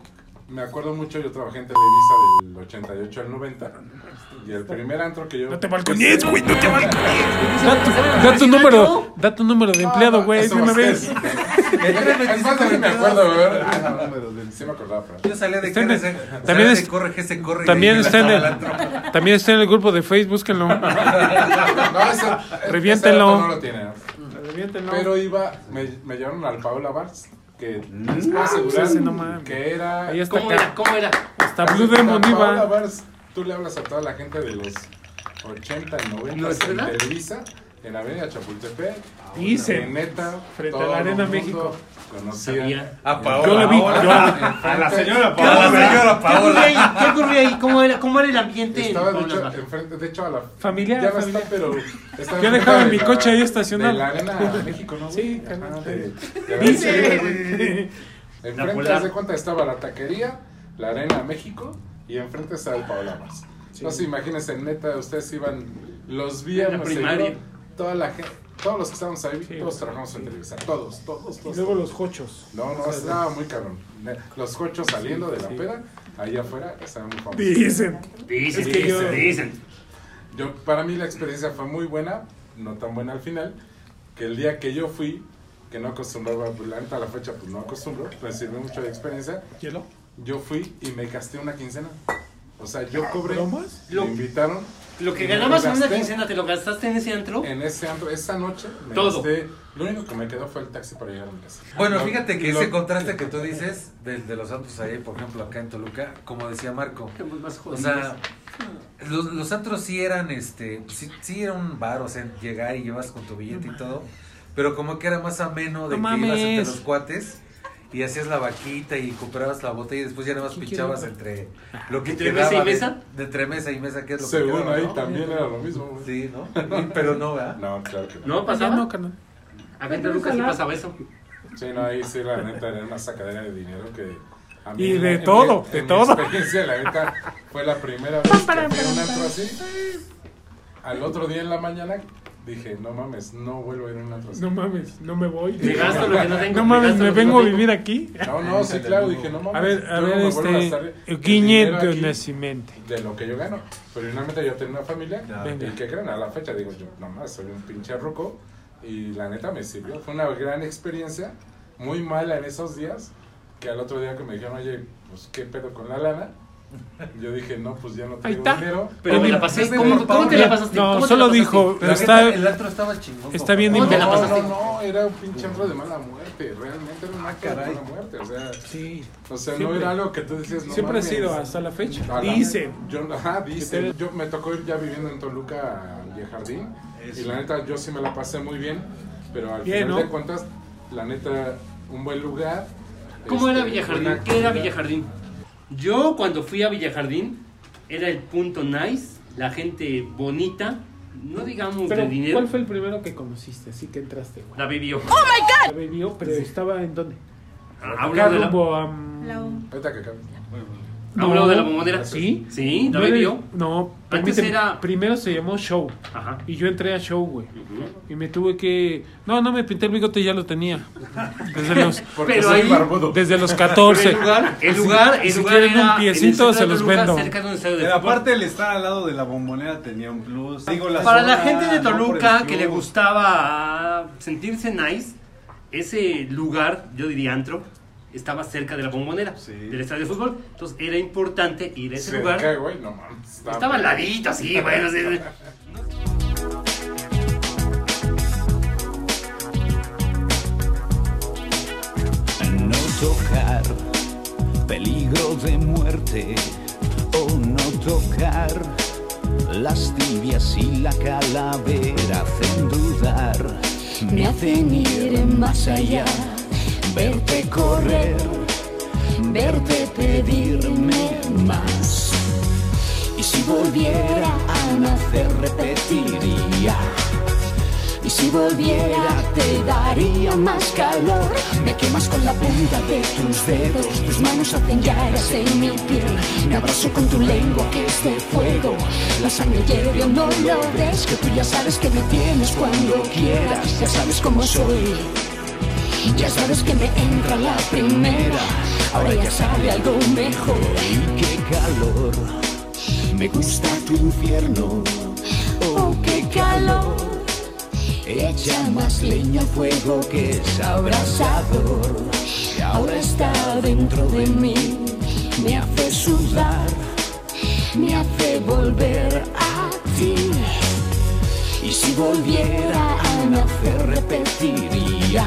Speaker 4: me acuerdo mucho, yo trabajé en Televisa del 88 al 90. Y el primer antro que yo. Pues,
Speaker 2: No te balconees, güey, no te balconees. Da tu, da tu número, da tu número de empleado, güey,
Speaker 4: Eso
Speaker 2: de
Speaker 4: va
Speaker 2: una
Speaker 4: a ser.
Speaker 2: vez.
Speaker 4: Es más, ni me acuerdo, ¿verdad? Sí me acordaba, pero.
Speaker 1: Yo salía de
Speaker 2: Está en
Speaker 1: que
Speaker 2: el-
Speaker 1: se-
Speaker 2: también
Speaker 1: salía de
Speaker 2: es-
Speaker 1: corre, que se corre. y
Speaker 2: También
Speaker 1: de-
Speaker 2: está, en
Speaker 1: la tropa.
Speaker 2: el, también está en el grupo de Facebook, búsquenlo.
Speaker 4: No, eso-
Speaker 2: Reviéntelo.
Speaker 4: ese dato No lo tiene. ¿no? Pero iba, me, me llevaron al Paola Bars, que
Speaker 2: Mm.
Speaker 4: les puedo asegurar
Speaker 2: ese Ah, no mames.
Speaker 4: que era.
Speaker 2: Ahí está
Speaker 3: ¿Cómo
Speaker 2: acá.
Speaker 3: era? ¿Cómo era?
Speaker 2: Hasta Blue Demon
Speaker 4: A Paola
Speaker 2: iba.
Speaker 4: Bars, tú le hablas a toda la gente de los 80 y 90
Speaker 3: ¿Nuestra
Speaker 4: en
Speaker 3: edad?
Speaker 4: Televisa, en la Avenida Chapultepec,
Speaker 2: Y
Speaker 4: en
Speaker 2: se.
Speaker 4: neta,
Speaker 2: Frente a
Speaker 4: todo
Speaker 2: la Arena
Speaker 4: el mundo
Speaker 2: México.
Speaker 4: Conocía.
Speaker 3: Sabía.
Speaker 1: A Paola.
Speaker 2: Yo la vi, yo
Speaker 1: Paola.
Speaker 2: la
Speaker 5: A la señora
Speaker 1: A la
Speaker 5: Paola.
Speaker 1: señora
Speaker 3: ¿Qué ocurrió
Speaker 1: Paola.
Speaker 3: ahí? ¿Qué ocurrió ahí? ¿Cómo era, cómo era el ambiente? en
Speaker 4: Estaba de
Speaker 3: Puebla?
Speaker 4: hecho enfrente, de hecho a la
Speaker 2: Familiar,
Speaker 4: Ya no
Speaker 2: familiar.
Speaker 4: está, pero estaba
Speaker 2: Yo
Speaker 4: enfrente
Speaker 2: dejaba
Speaker 4: de
Speaker 2: mi
Speaker 4: la-
Speaker 2: coche ahí estacionado.
Speaker 4: De la arena México, ¿no?
Speaker 2: Sí,
Speaker 4: Ajá,
Speaker 2: carnal.
Speaker 4: de- de la
Speaker 2: vi.
Speaker 4: arena
Speaker 2: Sí.
Speaker 4: Enfrente,
Speaker 3: Puebla.
Speaker 4: haz de cuenta, estaba la taquería, la arena México y enfrente estaba el Paola Más. No se imagínense, neta, ustedes iban los viernes.
Speaker 3: En la primaria.
Speaker 4: seguro, toda la gente, todos los que estábamos ahí,
Speaker 2: Sí,
Speaker 4: todos
Speaker 2: güey,
Speaker 4: trabajamos en
Speaker 2: sí.
Speaker 4: Televisa, todos, todos,
Speaker 2: Y
Speaker 4: todos.
Speaker 2: luego los cochos.
Speaker 4: No, no, estaba muy cabrón. Ne- Los cochos saliendo de la
Speaker 2: sí.
Speaker 4: pera, allá afuera, estaban muy famosos.
Speaker 2: Dicen.
Speaker 3: Dicen,
Speaker 2: Es que
Speaker 3: dicen,
Speaker 2: yo-
Speaker 3: dicen.
Speaker 4: Yo, para mí la experiencia fue muy buena, no tan buena al final, que el día que yo fui, que no acostumbraba, pues, la neta a la fecha pues no acostumbro, pero sirvió mucho de experiencia,
Speaker 2: ¿Hielo?
Speaker 4: yo fui y me gasté una quincena. O sea,
Speaker 1: Ah,
Speaker 4: yo cobré,
Speaker 2: ¿Bromas?
Speaker 4: me invitaron
Speaker 3: Lo que
Speaker 4: Me lo
Speaker 3: ganabas en una
Speaker 4: gasté.
Speaker 3: quincena te lo gastaste en ese antro.
Speaker 4: en ese antro, esa noche, me
Speaker 3: Todo.
Speaker 4: gasté, lo único que me quedó fue el taxi para llegar a mi casa.
Speaker 1: Bueno,
Speaker 4: Lo-
Speaker 1: fíjate que
Speaker 4: lo-
Speaker 1: ese contraste que tú dices, del de los antros ahí, por ejemplo, acá en Toluca, como decía Marco,
Speaker 3: Éramos más
Speaker 1: o
Speaker 3: jodidos.
Speaker 1: sea,
Speaker 3: pues,
Speaker 1: los, los antros sí eran, este, sí, sí era un bar, o sea, llegar y llevas con tu billete y todo, pero como que era más ameno de
Speaker 2: No
Speaker 1: que ibas entre
Speaker 2: mames.
Speaker 1: los cuates y hacías la vaquita y comprabas la botella y después ya nada más
Speaker 2: ¿Quién
Speaker 1: pinchabas
Speaker 2: quiere?
Speaker 1: entre lo que
Speaker 3: ¿Entre
Speaker 1: quedaba
Speaker 3: mesa Ah, y
Speaker 1: de-
Speaker 3: mesa?
Speaker 1: De, entre mesa y mesa, que es lo que
Speaker 4: Según
Speaker 1: quedaba,
Speaker 4: ahí
Speaker 1: ¿no?
Speaker 4: también era lo mismo. güey.
Speaker 1: Sí, ¿no? Y- Pero no, ¿verdad?
Speaker 4: No, claro que no.
Speaker 3: Pues ¿No
Speaker 2: Ya
Speaker 3: pasaba?
Speaker 2: no, carnal.
Speaker 3: Acá en Toluca sí pasaba eso.
Speaker 4: Sí, no, ahí sí, la neta, era una sacadera de dinero que... A
Speaker 2: Y de
Speaker 4: en mi-
Speaker 2: todo, de
Speaker 4: mi
Speaker 2: todo.
Speaker 4: experiencia, la neta, fue la primera vez que fui a un antro así. Al otro día en la mañana dije, no mames, no vuelvo a ir a un antro así.
Speaker 2: No mames, no me voy.
Speaker 3: Me gasto lo que no tengo.
Speaker 2: No mames,
Speaker 3: gasto
Speaker 2: me
Speaker 3: lo que
Speaker 2: vengo
Speaker 3: no
Speaker 2: a
Speaker 3: tengo.
Speaker 2: vivir aquí.
Speaker 4: No, no, sí, claro, dije, no mames.
Speaker 2: A ver, a
Speaker 4: yo no
Speaker 2: ver,
Speaker 4: me vuelvo
Speaker 2: este.
Speaker 4: gastar el
Speaker 2: Guiñe
Speaker 4: dinero
Speaker 2: de
Speaker 4: aquí
Speaker 2: Nascimento.
Speaker 4: De lo que yo gano. Pero finalmente yo tenía una familia.
Speaker 2: Venga.
Speaker 4: Y que crean, a la fecha digo yo, no más, soy un pinche ruco. Y la neta me sirvió. Fue una gran experiencia, muy mala en esos días. Que al otro día que me dijeron, oye, pues qué pedo con la lana. Yo dije, no, pues ya no
Speaker 2: Ahí
Speaker 4: tengo
Speaker 2: está.
Speaker 4: dinero.
Speaker 3: Pero me la pasé.
Speaker 1: Pero
Speaker 3: ¿Cómo,
Speaker 1: mi-
Speaker 3: cómo te la
Speaker 1: no,
Speaker 3: pasaste?
Speaker 2: No,
Speaker 3: ¿Cómo te
Speaker 2: solo
Speaker 3: la pasaste?
Speaker 2: dijo,
Speaker 1: Pero
Speaker 2: está,
Speaker 1: neta, el antro estaba chingón.
Speaker 2: está bien
Speaker 4: No,
Speaker 3: ¿Cómo te la
Speaker 4: no,
Speaker 3: pasaste?
Speaker 4: no, era un pinche antro de mala muerte. Realmente era un antro de
Speaker 1: caray.
Speaker 4: mala muerte. O sea,
Speaker 2: Sí,
Speaker 4: o sea no
Speaker 2: Siempre.
Speaker 4: era algo que tú decías, no
Speaker 2: siempre ha
Speaker 4: mames.
Speaker 2: sido hasta la fecha.
Speaker 4: A la-
Speaker 2: Dicen.
Speaker 4: Yo, ajá, dicen.
Speaker 2: Que
Speaker 4: Yo me tocó ir ya viviendo en Toluca a Jardín. Y la neta, yo sí me la pasé muy bien. Pero al
Speaker 2: Bien,
Speaker 4: final
Speaker 2: ¿no?
Speaker 4: de cuentas, la neta, un buen lugar.
Speaker 3: ¿Cómo
Speaker 4: este,
Speaker 3: era Villajardín?
Speaker 4: buena
Speaker 3: ¿Qué era
Speaker 4: comida.
Speaker 3: Villajardín? Yo cuando fui a Villajardín era el punto nice, la gente bonita, no digamos de
Speaker 2: Pero,
Speaker 3: dinero.
Speaker 2: ¿cuál fue el primero que conociste? Así que entraste, güey.
Speaker 3: La vivió.
Speaker 6: ¡Ah!
Speaker 2: La bebió, pero estaba en dónde?
Speaker 3: Hablando de la...
Speaker 2: Rumbo a, mm,
Speaker 6: La U.
Speaker 4: Ahorita que acabes.
Speaker 3: ¿A un lado de la bombonera?
Speaker 2: ¿Ah, Sí.
Speaker 3: Sí,
Speaker 2: No,
Speaker 3: David
Speaker 2: era-
Speaker 3: vio.
Speaker 2: no,
Speaker 3: Antes
Speaker 2: permíteme,
Speaker 3: era-
Speaker 2: primero se llamó Show.
Speaker 3: Ajá.
Speaker 2: Y yo entré a Show, güey.
Speaker 3: Ujú.
Speaker 2: Y me tuve que... No, no me pinté el bigote, ya lo tenía. Desde los,
Speaker 4: Porque
Speaker 3: Pero
Speaker 4: soy
Speaker 3: ahí-
Speaker 4: barbudo.
Speaker 2: desde los
Speaker 3: Pero
Speaker 2: 14.
Speaker 3: El lugar, el lugar, el
Speaker 2: si
Speaker 3: lugar
Speaker 2: quieren un
Speaker 3: era en el
Speaker 2: piecito,
Speaker 3: centro de
Speaker 2: se los
Speaker 3: Toluca,
Speaker 2: vendo.
Speaker 3: cerca de un estadio de
Speaker 5: Pero
Speaker 3: fútbol.
Speaker 5: aparte el estar al lado de la bombonera tenía un plus. Digo, la
Speaker 3: Para la
Speaker 5: zona,
Speaker 3: gente de
Speaker 5: no por el
Speaker 3: Toluca que
Speaker 5: club.
Speaker 3: le gustaba sentirse nice, ese lugar, yo diría antro, estaba cerca de la bombonera,
Speaker 5: Sí.
Speaker 3: del estadio de fútbol. Entonces era importante ir a ese
Speaker 4: Se
Speaker 3: lugar.
Speaker 4: cae, güey, no mames. está-
Speaker 3: Estaba al ladito, sí, bueno. sí, sí.
Speaker 6: No tocar, peligro de muerte. O no tocar, las tibias y la calavera hacen dudar. Me hacen ir más allá, verte correr, verte pedirme más. Y si volviera a nacer, repetiría. Y si volviera te daría más calor Me quemas con la punta de tus dedos Tus manos hacen llagas en mi piel Me abrazo con tu lengua que es de fuego La sangre hierve, no lo ves Que tú ya sabes que me tienes cuando quieras Ya sabes cómo soy ya sabes que me entra la primera, ahora ya sabe algo mejor. Y qué calor, me gusta tu infierno. Oh, qué calor, echa más leña al fuego que es abrasador. Ahora está dentro de mí, me hace sudar, me hace volver a ti. Y si volviera a nacer repetiría.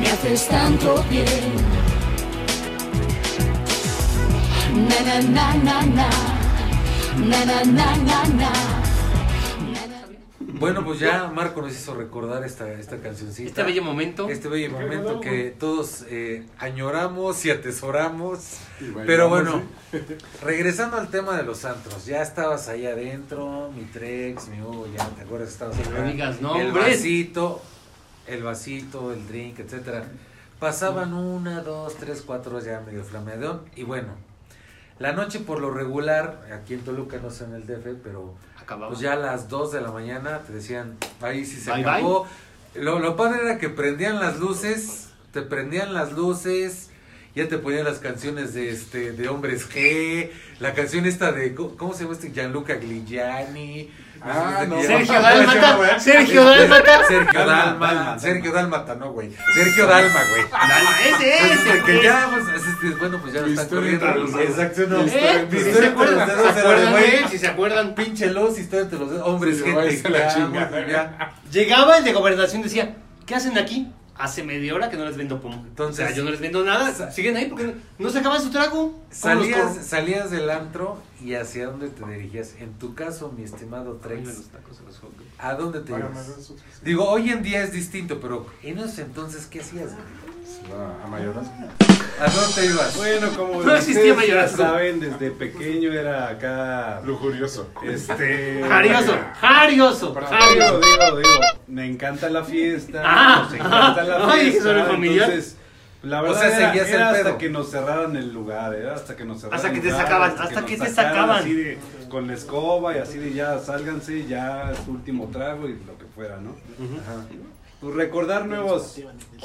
Speaker 6: me haces tanto bien. Na na na na na, na na na na na. Na, na.
Speaker 1: Bueno, pues ya Marco nos hizo recordar esta, esta cancioncita.
Speaker 3: Este bello momento.
Speaker 1: Este bello momento que todos eh, añoramos y atesoramos.
Speaker 4: Y bailamos,
Speaker 1: Pero bueno,
Speaker 4: ¿sí?
Speaker 1: regresando al tema de los antros, ya estabas ahí adentro, mi Trex, mi Hugo, ya te acuerdas que estabas
Speaker 3: No
Speaker 1: acá?
Speaker 3: digas
Speaker 1: El
Speaker 3: nombres.
Speaker 1: vasito, el vasito, el drink, etcétera. Pasaban una, dos, tres, cuatro horas ya medio flameadón. Y bueno, la noche por lo regular, aquí en Toluca, no sé en el DF, pero
Speaker 3: Acababa.
Speaker 1: pues ya a las 2 de la mañana te decían, ahí sí se
Speaker 3: Bye,
Speaker 1: acabó. Lo, lo padre era que prendían las luces, te prendían las luces, ya te ponían las canciones de este de Hombres G, la canción esta de, ¿cómo cómo se llama este? Gianluca Gligiani.
Speaker 4: Ah, no.
Speaker 3: Sergio
Speaker 4: Dalma.
Speaker 3: Dalmata. Sergio Dalmata.
Speaker 1: Sergio
Speaker 5: Dalma,
Speaker 1: Dalma,
Speaker 5: Dalma.
Speaker 1: Sergio Dalmata, no, güey. Sergio Dalma, güey.
Speaker 3: Dalma, ese,
Speaker 1: Entonces,
Speaker 3: ese.
Speaker 1: de que
Speaker 3: ese.
Speaker 1: ya, pues, es- es- bueno, pues ya lo
Speaker 4: Mi
Speaker 1: están
Speaker 4: historia
Speaker 1: corriendo.
Speaker 4: entre los dedos.
Speaker 1: Exacto, no.
Speaker 4: Mi historia
Speaker 1: Eh,
Speaker 4: entre
Speaker 1: mi
Speaker 4: los
Speaker 3: ¿Sí
Speaker 1: historia
Speaker 3: Este, se
Speaker 4: dedos.
Speaker 1: entre los
Speaker 3: acuerdan?
Speaker 1: dedos
Speaker 3: ¿Se
Speaker 1: era de,
Speaker 3: acuerdan
Speaker 1: güey,
Speaker 3: de él? Si se acuerdan.
Speaker 1: pinche los historia de los dedos. hombres
Speaker 4: Sí,
Speaker 1: gente
Speaker 4: váyase a la
Speaker 1: que amo,
Speaker 4: chingada.
Speaker 1: ya.
Speaker 3: Llegaba el de gobernación y decía, ¿qué hacen aquí? Hace media hora que no les vendo pomo.
Speaker 1: Entonces-
Speaker 3: o sea, yo no les vendo nada. Siguen ahí porque no, no se acaba su trago. ¿Cómo los
Speaker 1: salías
Speaker 3: corro?
Speaker 1: salías del antro y hacia dónde te dirigías en tu caso mi estimado
Speaker 3: Ay, me
Speaker 1: Trex
Speaker 3: los tacos a los hot dogs.
Speaker 1: a dónde te
Speaker 4: Págame
Speaker 1: ibas
Speaker 4: dos, tres.
Speaker 1: digo hoy en día es distinto pero en esos entonces qué hacías güey?
Speaker 4: Se va a mayoras.
Speaker 1: a dónde te ibas
Speaker 5: Bueno, como
Speaker 3: No existía
Speaker 5: ustedes ya
Speaker 3: mayorazgo.
Speaker 5: saben, desde pequeño era acá...
Speaker 4: Lujurioso.
Speaker 5: Este...
Speaker 3: Jarioso, jarioso,
Speaker 4: Perdón.
Speaker 5: Digo,
Speaker 3: jarioso.
Speaker 5: digo, digo, me encanta la fiesta,
Speaker 3: Ah,
Speaker 5: nos encanta la
Speaker 3: ay,
Speaker 5: fiesta.
Speaker 3: sobre familiar.
Speaker 5: Entonces, la
Speaker 1: O
Speaker 5: verdad
Speaker 1: sea,
Speaker 5: era-
Speaker 1: seguías
Speaker 5: era,
Speaker 1: el pedo.
Speaker 5: hasta que nos cerraran el lugar, era hasta que nos cerraran
Speaker 3: Hasta que
Speaker 5: el
Speaker 3: te
Speaker 5: lugar,
Speaker 3: sacaban, hasta
Speaker 5: nos
Speaker 3: que te
Speaker 5: sacaran
Speaker 3: sacaban.
Speaker 5: así de- con la escoba y así de ya, sálganse, ya es tu último trago y lo que fuera, ¿no? Ajá. Pues recordar nuevos,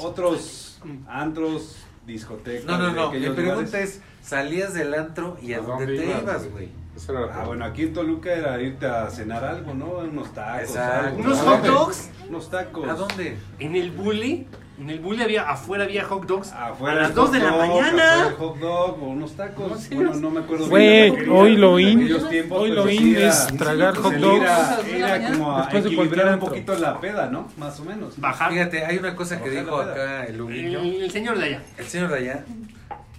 Speaker 5: otros antros, discotecas.
Speaker 1: no no
Speaker 5: de
Speaker 1: no mi
Speaker 5: aquellos
Speaker 1: pregunta
Speaker 5: lugares.
Speaker 1: es salías del antro y a dónde te ibas güey
Speaker 4: Esa era la
Speaker 5: Ah,
Speaker 4: pregunta.
Speaker 5: bueno, aquí en Toluca era irte a cenar algo, ¿no? Unos tacos,
Speaker 1: Exacto.
Speaker 5: algo,
Speaker 3: Unos
Speaker 5: ¿no?
Speaker 3: hot dogs.
Speaker 5: Unos tacos.
Speaker 1: a dónde
Speaker 3: En el bully, en el bully había, afuera había hot dogs.
Speaker 5: Afuera
Speaker 3: a las
Speaker 5: el
Speaker 3: 2 de la
Speaker 5: hot dog, afuera el
Speaker 3: mañana.
Speaker 5: hot dog o unos tacos.
Speaker 3: No, sí,
Speaker 5: bueno,
Speaker 3: los-
Speaker 5: no me acuerdo
Speaker 2: Güey,
Speaker 5: bien la taquería,
Speaker 2: hoy lo
Speaker 5: en
Speaker 2: in-
Speaker 5: aquellos tiempos,
Speaker 2: hoy
Speaker 5: pero
Speaker 2: lo
Speaker 5: sí
Speaker 2: in
Speaker 5: era-
Speaker 2: es tragar
Speaker 5: pues
Speaker 2: hot
Speaker 5: el
Speaker 2: dogs.
Speaker 5: Era,
Speaker 3: Dos de la
Speaker 5: era
Speaker 3: mañana.
Speaker 5: como a
Speaker 2: Después de
Speaker 5: equilibrar
Speaker 2: cualquier
Speaker 5: un
Speaker 2: antro.
Speaker 5: poquito la peda, ¿no? Más o menos.
Speaker 3: Bajar.
Speaker 1: fíjate hay una cosa que dijo acá el
Speaker 3: El,
Speaker 1: humillo
Speaker 3: el señor de allá.
Speaker 1: el señor de allá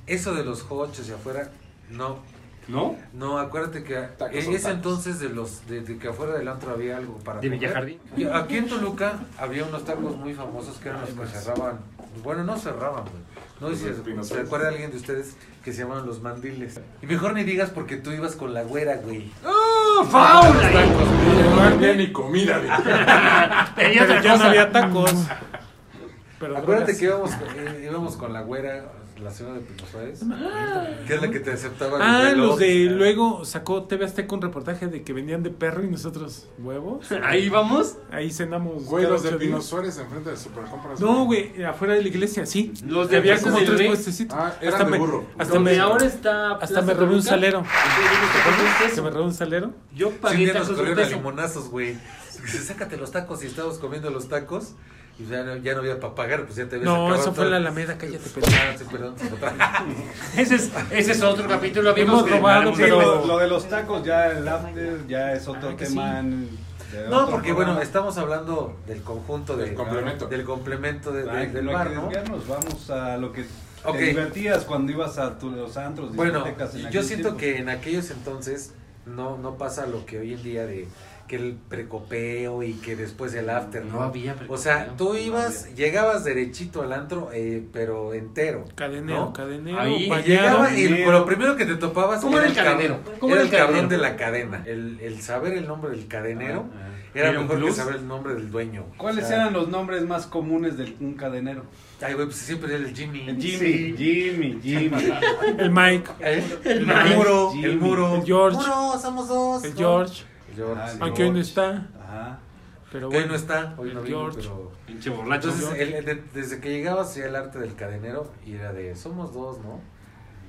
Speaker 1: eso de los hochos y afuera no
Speaker 3: ¿No?
Speaker 1: No, acuérdate que a-
Speaker 4: Tacos
Speaker 1: en
Speaker 4: son
Speaker 1: ese
Speaker 4: tacos.
Speaker 1: entonces de los de, de que afuera del antro había algo para
Speaker 3: ¿De
Speaker 1: comer.
Speaker 3: Villajardín?
Speaker 1: Y Aquí en Toluca había unos tacos muy famosos que eran los que cerraban. Bueno, no cerraban, güey. No
Speaker 4: Los
Speaker 1: sé
Speaker 4: del
Speaker 1: si
Speaker 4: Pino
Speaker 1: se
Speaker 4: Suárez.
Speaker 1: recuerda alguien de ustedes que se llamaban los mandiles. Y mejor ni digas porque tú ibas con la güera, güey.
Speaker 3: ¡Oh, Paula!
Speaker 4: No había ni comida, güey.
Speaker 3: Ah, Pedí
Speaker 2: Pero
Speaker 3: otra
Speaker 2: ya no
Speaker 3: cosa.
Speaker 2: había tacos. Pero
Speaker 1: Acuérdate
Speaker 2: drogas.
Speaker 1: que íbamos, eh, íbamos con la güera, la señora de Pino Suárez,
Speaker 4: Ah.
Speaker 1: que es la que te aceptaba. el
Speaker 2: Ah,
Speaker 1: reloj.
Speaker 2: los de luego sacó TV Azteca un reportaje de que vendían de perro y nosotros huevos.
Speaker 3: Ahí vamos.
Speaker 2: Ahí cenamos.
Speaker 4: Güey,
Speaker 2: cada
Speaker 4: los de
Speaker 2: ocho
Speaker 4: Pino
Speaker 2: días.
Speaker 4: Suárez enfrente de Supercompras.
Speaker 2: No, güey, afuera de la iglesia, sí.
Speaker 3: Los de
Speaker 2: Había
Speaker 3: Plaza
Speaker 2: como
Speaker 3: del
Speaker 2: tres
Speaker 3: Rey.
Speaker 2: puestecitos.
Speaker 4: Ah, eran de
Speaker 2: me-
Speaker 4: burro.
Speaker 2: Hasta
Speaker 3: Donde
Speaker 2: me,
Speaker 3: ahora está.
Speaker 2: hasta
Speaker 3: Plaza
Speaker 2: me robé un
Speaker 3: Toluca.
Speaker 2: salero.
Speaker 3: Entonces,
Speaker 2: ¿Que me robé un salero?
Speaker 3: Yo
Speaker 1: Sí, un
Speaker 3: pagué
Speaker 1: día
Speaker 3: tacos
Speaker 1: nos
Speaker 3: de un
Speaker 1: corrieron a
Speaker 3: peso.
Speaker 1: limonazos, güey. Dice, sácate los tacos y estábamos comiendo los tacos. Y ya no, ya no había para pagar, pues ya te habías
Speaker 2: No,
Speaker 1: acabado
Speaker 2: eso fue
Speaker 1: todo.
Speaker 2: en la Alameda, cállate, pendejo.
Speaker 1: Ah, sí, perdón, se me traba.
Speaker 3: Ese es, ese es otro capítulo, amigos.
Speaker 2: Hemos
Speaker 3: que
Speaker 2: robado,
Speaker 3: hablaremos
Speaker 5: Sí, pues,
Speaker 3: de-
Speaker 2: pero-
Speaker 5: lo, lo de los tacos, ya el after, ya es otro
Speaker 2: Ah, que
Speaker 5: tema. en- de
Speaker 1: No,
Speaker 5: otro
Speaker 1: porque
Speaker 5: programa.
Speaker 1: bueno, estamos hablando del conjunto de-
Speaker 4: Del complemento.
Speaker 1: Del complemento de- de-
Speaker 5: Ay,
Speaker 1: del
Speaker 5: no hay
Speaker 1: bar,
Speaker 5: que
Speaker 1: ¿no?
Speaker 5: desviarnos, vamos a lo que
Speaker 1: Ok.
Speaker 5: te divertías cuando ibas a tu- los
Speaker 3: Pues,
Speaker 5: antros.
Speaker 1: Bueno,
Speaker 5: discotecas en
Speaker 1: yo
Speaker 5: aquel
Speaker 1: siento
Speaker 5: tiempo.
Speaker 1: que en aquellos entonces no, no pasa lo que hoy en día de que el precopeo y que después el after, ¿no?
Speaker 3: No había
Speaker 1: O
Speaker 3: precopeo,
Speaker 1: sea, tú
Speaker 3: no
Speaker 1: ibas,
Speaker 3: había.
Speaker 1: llegabas derechito al antro, eh, pero entero.
Speaker 2: Cadenero,
Speaker 1: ¿no?
Speaker 2: cadenero.
Speaker 3: Ahí
Speaker 1: Y
Speaker 2: bañado.
Speaker 1: llegaba y
Speaker 5: dinero.
Speaker 1: lo primero que te topabas
Speaker 3: ¿Cómo era el cadenero?
Speaker 1: cabrón-
Speaker 3: ¿Cómo
Speaker 1: era
Speaker 3: era
Speaker 1: el
Speaker 3: el
Speaker 1: cabrón de
Speaker 3: cadenero?
Speaker 1: la cadena. El, el saber el nombre del cadenero
Speaker 5: Ah, ah.
Speaker 1: era
Speaker 3: ¿Era un
Speaker 1: mejor que
Speaker 3: plus?
Speaker 1: saber el nombre del dueño. güey. O
Speaker 5: ¿Cuáles
Speaker 1: sea,
Speaker 5: eran los nombres más comunes de un cadenero?
Speaker 1: Ay, güey, pues siempre era el Jimmy.
Speaker 5: El Jimmy, Jimmy, Jimmy.
Speaker 2: El Mike,
Speaker 1: ¿Eh? El,
Speaker 3: El
Speaker 1: el
Speaker 3: Mike.
Speaker 1: muro,
Speaker 5: Jimmy.
Speaker 1: el muro.
Speaker 2: El George.
Speaker 1: Muro, somos dos.
Speaker 2: el
Speaker 1: ¿no?
Speaker 2: George.
Speaker 1: El George,
Speaker 5: Ah,
Speaker 1: sí.
Speaker 5: el
Speaker 2: Aunque hoy no está.
Speaker 5: Ajá.
Speaker 2: Pero
Speaker 1: Que hoy no
Speaker 2: bueno.
Speaker 1: está, hoy
Speaker 2: El
Speaker 1: no vino,
Speaker 2: George.
Speaker 1: pero...
Speaker 3: Pinche borracho.
Speaker 1: Entonces, el- el de- desde que llegabas ya el arte del cadenero y era de, somos dos, ¿no?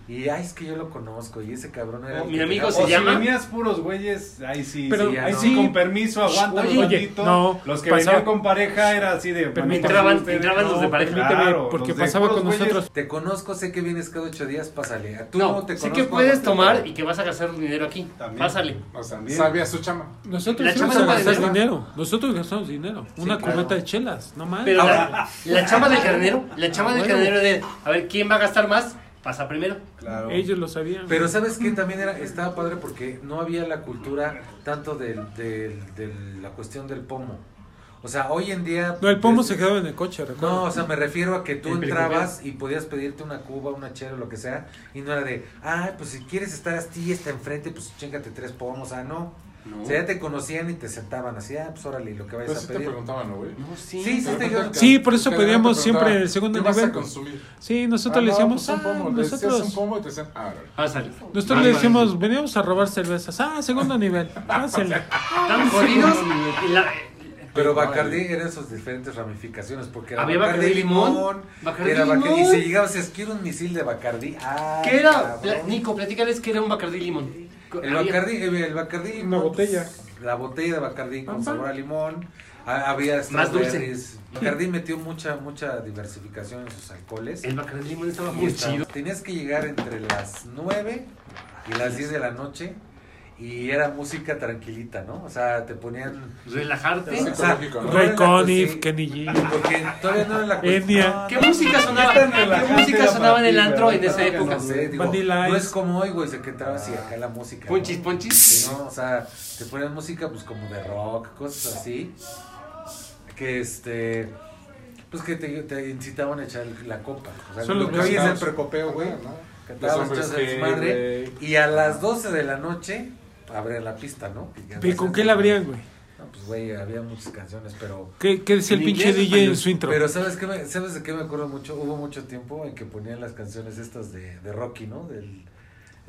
Speaker 1: Y, ay, es que yo lo conozco y ese cabrón era...
Speaker 3: Oh,
Speaker 1: el
Speaker 3: mi
Speaker 1: que
Speaker 3: amigo
Speaker 1: pegaba-
Speaker 3: se
Speaker 5: O si
Speaker 3: llama?
Speaker 5: venías puros güeyes, ahí sí.
Speaker 2: Pero-
Speaker 5: sí,
Speaker 1: ya
Speaker 5: ahí
Speaker 1: ah, no.
Speaker 5: sí, con permiso, aguanta un
Speaker 2: Oye,
Speaker 5: ratito.
Speaker 2: no,
Speaker 5: los que
Speaker 2: pasaba-
Speaker 5: venían con pareja era así de.
Speaker 2: Pero
Speaker 5: manita
Speaker 3: entraban-
Speaker 5: fuerte,
Speaker 3: entraban los de pareja.
Speaker 2: Permíteme,
Speaker 5: claro,
Speaker 2: porque
Speaker 5: los de
Speaker 2: pasaba
Speaker 5: puros
Speaker 2: con
Speaker 5: güeyes.
Speaker 2: nosotros.
Speaker 1: Te conozco, sé que vienes cada ocho días, pásale. A tú no,
Speaker 3: No,
Speaker 1: te
Speaker 3: sé
Speaker 1: conozco.
Speaker 3: que puedes
Speaker 1: no te-
Speaker 3: tomar y que vas a gastar dinero aquí.
Speaker 5: También.
Speaker 3: Pásale.
Speaker 4: O sea,
Speaker 5: También.
Speaker 4: sabía su chama.
Speaker 2: Nosotros
Speaker 3: La
Speaker 2: íbamos a
Speaker 3: chamba del
Speaker 2: gastar
Speaker 3: cadenero.
Speaker 2: dinero. Nosotros gastamos dinero. Una
Speaker 1: claro.
Speaker 2: cubeta de chelas, no más.
Speaker 3: Pero
Speaker 1: Ahora-
Speaker 3: la, la chamba del carnero, la chamba
Speaker 2: Ah,
Speaker 3: del
Speaker 2: bueno.
Speaker 3: carnero de a ver quién va a gastar más, pasa primero.
Speaker 5: Claro.
Speaker 2: Ellos lo sabían.
Speaker 1: Pero ¿sabes qué? También era, estaba padre porque no había la cultura tanto de la cuestión del pomo. O sea, hoy en día...
Speaker 2: No, el pomo
Speaker 1: es-
Speaker 2: se quedaba en el coche,
Speaker 1: No,
Speaker 2: recuerdo.
Speaker 1: o sea, me refiero a que tú
Speaker 3: El pericopeo.
Speaker 1: entrabas y podías pedirte una cuba, una chela, lo que sea, y no era de, ah, pues si quieres estar así, está enfrente, pues chingate tres pomos, ah, no. O sea, ya te conocían y te sentaban así, ah, pues órale, lo que vayas
Speaker 4: Pero sí
Speaker 1: a
Speaker 4: te
Speaker 1: pedir.
Speaker 4: preguntaban, ¿no, güey?
Speaker 3: No,
Speaker 1: sí, sí,
Speaker 4: Pero
Speaker 1: te
Speaker 4: cuenta
Speaker 1: digo-
Speaker 4: que-
Speaker 2: Sí, por eso
Speaker 4: que de
Speaker 2: pedíamos
Speaker 4: repente
Speaker 2: siempre
Speaker 4: preguntaban,
Speaker 2: el segundo
Speaker 4: ¿Qué vas
Speaker 2: nivel?
Speaker 4: a consumir?
Speaker 2: Sí, nosotros
Speaker 4: Ah,
Speaker 2: le
Speaker 4: no,
Speaker 2: decíamos,
Speaker 4: pues, un
Speaker 2: ah,
Speaker 4: pomo. Le decías un
Speaker 2: nosotros,
Speaker 4: pomo y te decían, ah,
Speaker 3: Pásale.
Speaker 2: nosotros le decíamos, veníamos a robar cervezas. Ah, segundo nivel, pásenle.
Speaker 3: Están jodidos. Y la-
Speaker 1: Pero Bacardí eran sus diferentes ramificaciones, porque era
Speaker 3: Había
Speaker 1: Bacardí
Speaker 3: Bacardí limón, Bacardí
Speaker 1: era Bacardí, y
Speaker 3: limón.
Speaker 1: si llegabas, es quiero un misil de Bacardí, ah,
Speaker 3: ¿Qué era?
Speaker 1: cabrón.
Speaker 3: Pla- Nico, platícales que era un Bacardí Limón.
Speaker 1: El
Speaker 3: Había-
Speaker 1: Bacardí, eh, el Bacardí limón,
Speaker 2: Una botella.
Speaker 1: pues, La botella de Bacardí con
Speaker 2: Ajá.
Speaker 1: sabor a limón. Ha- Había
Speaker 3: Más dulce.
Speaker 1: strawberries. Bacardí metió mucha mucha diversificación en sus alcoholes.
Speaker 3: El Bacardí Limón estaba
Speaker 1: Y
Speaker 3: muy
Speaker 1: estaba-
Speaker 3: chido.
Speaker 1: Tenías que llegar entre las 9 y las 10 de la noche y era música tranquilita, ¿no? O sea, te ponían
Speaker 3: Relajarte.
Speaker 4: Sí.
Speaker 1: o sea,
Speaker 4: Psicológico, ¿no?
Speaker 1: no era
Speaker 2: Ray
Speaker 1: la-
Speaker 2: Conniff,
Speaker 1: sí,
Speaker 2: Kenny G.
Speaker 1: Porque todavía no era la cuestión-
Speaker 2: Enya.
Speaker 3: ¿Qué música sonaba?
Speaker 5: Qué tan relajante
Speaker 3: ¿Qué música
Speaker 5: era
Speaker 3: sonaba en
Speaker 5: para
Speaker 3: el
Speaker 5: ti,
Speaker 3: antro en
Speaker 5: ¿verdad?
Speaker 3: esa
Speaker 5: Claro que
Speaker 3: época?
Speaker 1: No sé, digo,
Speaker 2: Vanilla
Speaker 1: no
Speaker 2: Ice.
Speaker 1: es como hoy, güey, de que entrabas y acá la música. ¿no?
Speaker 3: Ponchis, ponchis.
Speaker 1: Sí, ¿no? O sea, te ponían música pues como de rock, cosas así. Que este. Pues que te, te incitaban a echar la copa. O sea,
Speaker 2: Son
Speaker 1: lo
Speaker 2: los
Speaker 1: que hoy es el
Speaker 2: mexicanos.
Speaker 1: precopeo, güey.
Speaker 4: ¿no?
Speaker 1: Cantabas,
Speaker 4: Los hombres
Speaker 1: echabas el
Speaker 4: G,
Speaker 1: desmadre,
Speaker 4: güey.
Speaker 1: Y a las 12 de la noche abría la pista, ¿no? Y ya
Speaker 2: ¿Pero
Speaker 1: sabes,
Speaker 2: con qué la abrían, güey?
Speaker 1: No, pues güey, había muchas canciones, pero.
Speaker 2: ¿Qué, qué decía el
Speaker 3: En
Speaker 2: pinche
Speaker 3: inglés,
Speaker 2: DJ en pues, su intro?
Speaker 1: Pero ¿sabes, qué me- ¿sabes de qué me acuerdo mucho? Hubo mucho tiempo en que ponían las canciones estas de, de Rocky, ¿no? Del,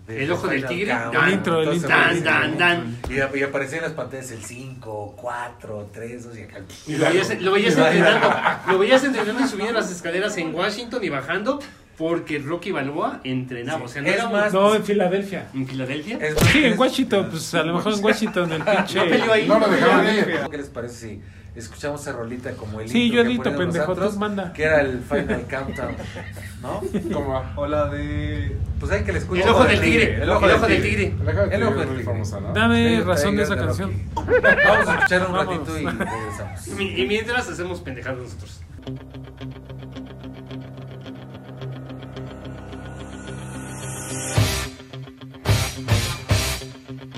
Speaker 1: de-
Speaker 3: El
Speaker 1: de
Speaker 3: ojo del
Speaker 1: Final
Speaker 3: tigre.
Speaker 1: Countdown,
Speaker 2: El intro, el
Speaker 1: todo ese
Speaker 2: intro.
Speaker 1: rollo,
Speaker 3: Dan, dan,
Speaker 1: ¿no?
Speaker 3: dan.
Speaker 1: Y, ap- y aparecían las pantallas el 5, 4, 3, 2 y acá.
Speaker 3: Y lo veías, lo veías
Speaker 1: Claro.
Speaker 3: entrenando, lo veías entrenando y subiendo las escaleras en Washington y bajando porque Rocky Balboa entrenaba. O sea, no
Speaker 1: Es
Speaker 3: era un-
Speaker 1: más-
Speaker 2: No, en Filadelfia.
Speaker 3: en Filadelfia.
Speaker 1: Es-
Speaker 2: Sí, en
Speaker 1: es-
Speaker 2: Washington, pues a lo mejor en Washington el
Speaker 3: No peleó
Speaker 2: pinche.
Speaker 3: ahí.
Speaker 4: No lo dejaban ir.
Speaker 1: ¿Qué les parece si escuchamos esa rolita como el
Speaker 2: Sí,
Speaker 1: intro
Speaker 2: yo
Speaker 1: que
Speaker 2: edito,
Speaker 1: ponían los
Speaker 2: pendejo,
Speaker 1: antros,
Speaker 2: tú manda.
Speaker 1: Que era el Final Countdown, ¿no?
Speaker 4: ¿Cómo va?
Speaker 5: O la de.
Speaker 1: Pues hay que les escuchen.
Speaker 3: El ojo del tigre.
Speaker 1: El ojo del tigre.
Speaker 3: tigre.
Speaker 4: Déjame
Speaker 1: El
Speaker 4: el
Speaker 1: ojo
Speaker 4: ojo
Speaker 1: del
Speaker 4: muy
Speaker 1: tigre.
Speaker 4: famosa, ¿no?
Speaker 2: Dame
Speaker 1: Sí,
Speaker 2: razón
Speaker 1: traigan
Speaker 2: de esa
Speaker 1: de
Speaker 2: canción.
Speaker 1: Rocky. Vamos a escuchar un
Speaker 2: Vámonos.
Speaker 1: ratito y regresamos.
Speaker 3: Y mi- Y mientras hacemos pendejadas nosotros.
Speaker 6: Noto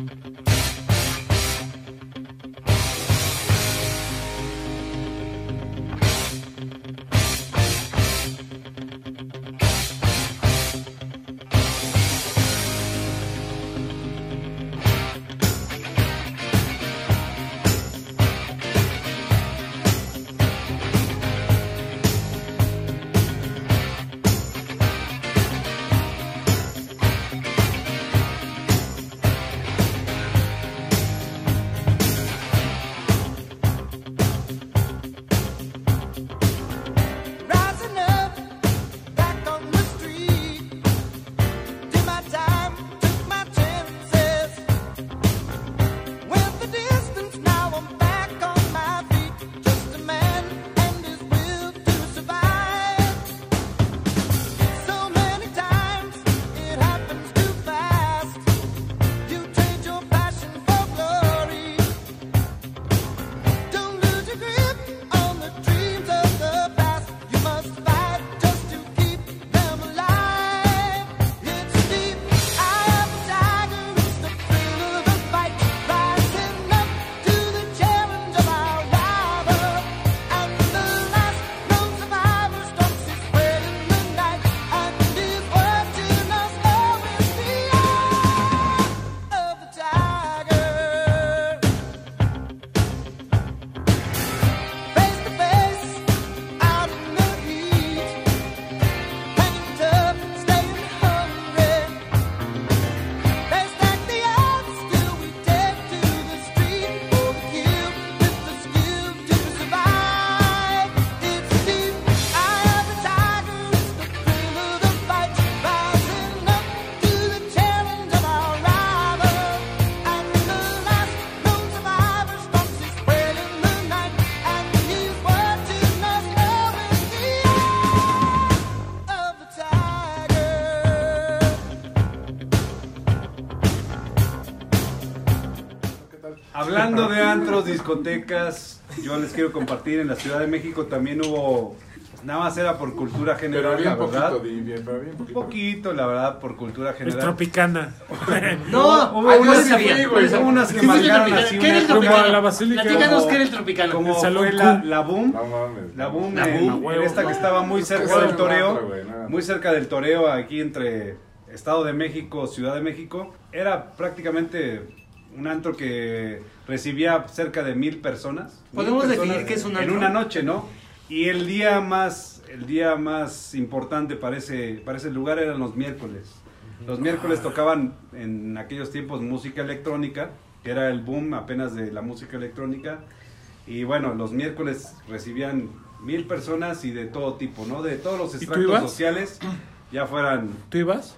Speaker 5: Hablando de antros, discotecas, yo les quiero compartir, en la Ciudad de México también hubo, pues, nada más era por cultura
Speaker 4: Pero
Speaker 5: general,
Speaker 4: había
Speaker 5: la
Speaker 4: un poquito,
Speaker 5: verdad.
Speaker 4: Di, bien, pero había un
Speaker 5: Un
Speaker 4: poquito.
Speaker 5: poquito, la verdad, por cultura
Speaker 2: Es
Speaker 5: general.
Speaker 2: tropicana.
Speaker 3: No,
Speaker 5: Hubo
Speaker 3: ah,
Speaker 5: unas-
Speaker 3: no sabía,
Speaker 5: hubo
Speaker 3: no sabía.
Speaker 5: unas
Speaker 3: ¿Qué
Speaker 5: que
Speaker 3: es el
Speaker 5: marcaron
Speaker 3: Tropicana?
Speaker 5: así
Speaker 3: ¿Qué era el
Speaker 5: una-
Speaker 2: Como a la
Speaker 3: Tropicana?
Speaker 2: basílica.
Speaker 3: Platícanos
Speaker 5: Como-
Speaker 3: qué era el Tropicana.
Speaker 5: Como
Speaker 2: El salón
Speaker 5: fue la,
Speaker 2: Q.
Speaker 5: la boom,
Speaker 4: No mames.
Speaker 5: la boom,
Speaker 3: La
Speaker 5: en-
Speaker 3: boom,
Speaker 5: en esta
Speaker 2: huevo.
Speaker 5: que estaba muy
Speaker 4: Es que
Speaker 5: cerca
Speaker 4: soy
Speaker 5: del
Speaker 4: un
Speaker 5: toreo,
Speaker 4: antro, güey, nada.
Speaker 5: muy cerca del toreo aquí entre Estado de México, Ciudad de México, era prácticamente un antro que recibía cerca de mil personas. Mil
Speaker 3: ¿Podemos
Speaker 5: personas
Speaker 3: definir qué es un antro?
Speaker 5: En una noche, ¿no? Y el día más, el día más importante para ese, para ese lugar eran los miércoles. Los miércoles
Speaker 2: Ah.
Speaker 5: tocaban en aquellos tiempos música electrónica, que era el boom apenas de la música electrónica. Y bueno, los miércoles recibían mil personas y de todo tipo, ¿no? De todos los
Speaker 2: tú
Speaker 5: estratos
Speaker 2: ibas?
Speaker 5: sociales, ya fueran
Speaker 2: ¿Tú ibas?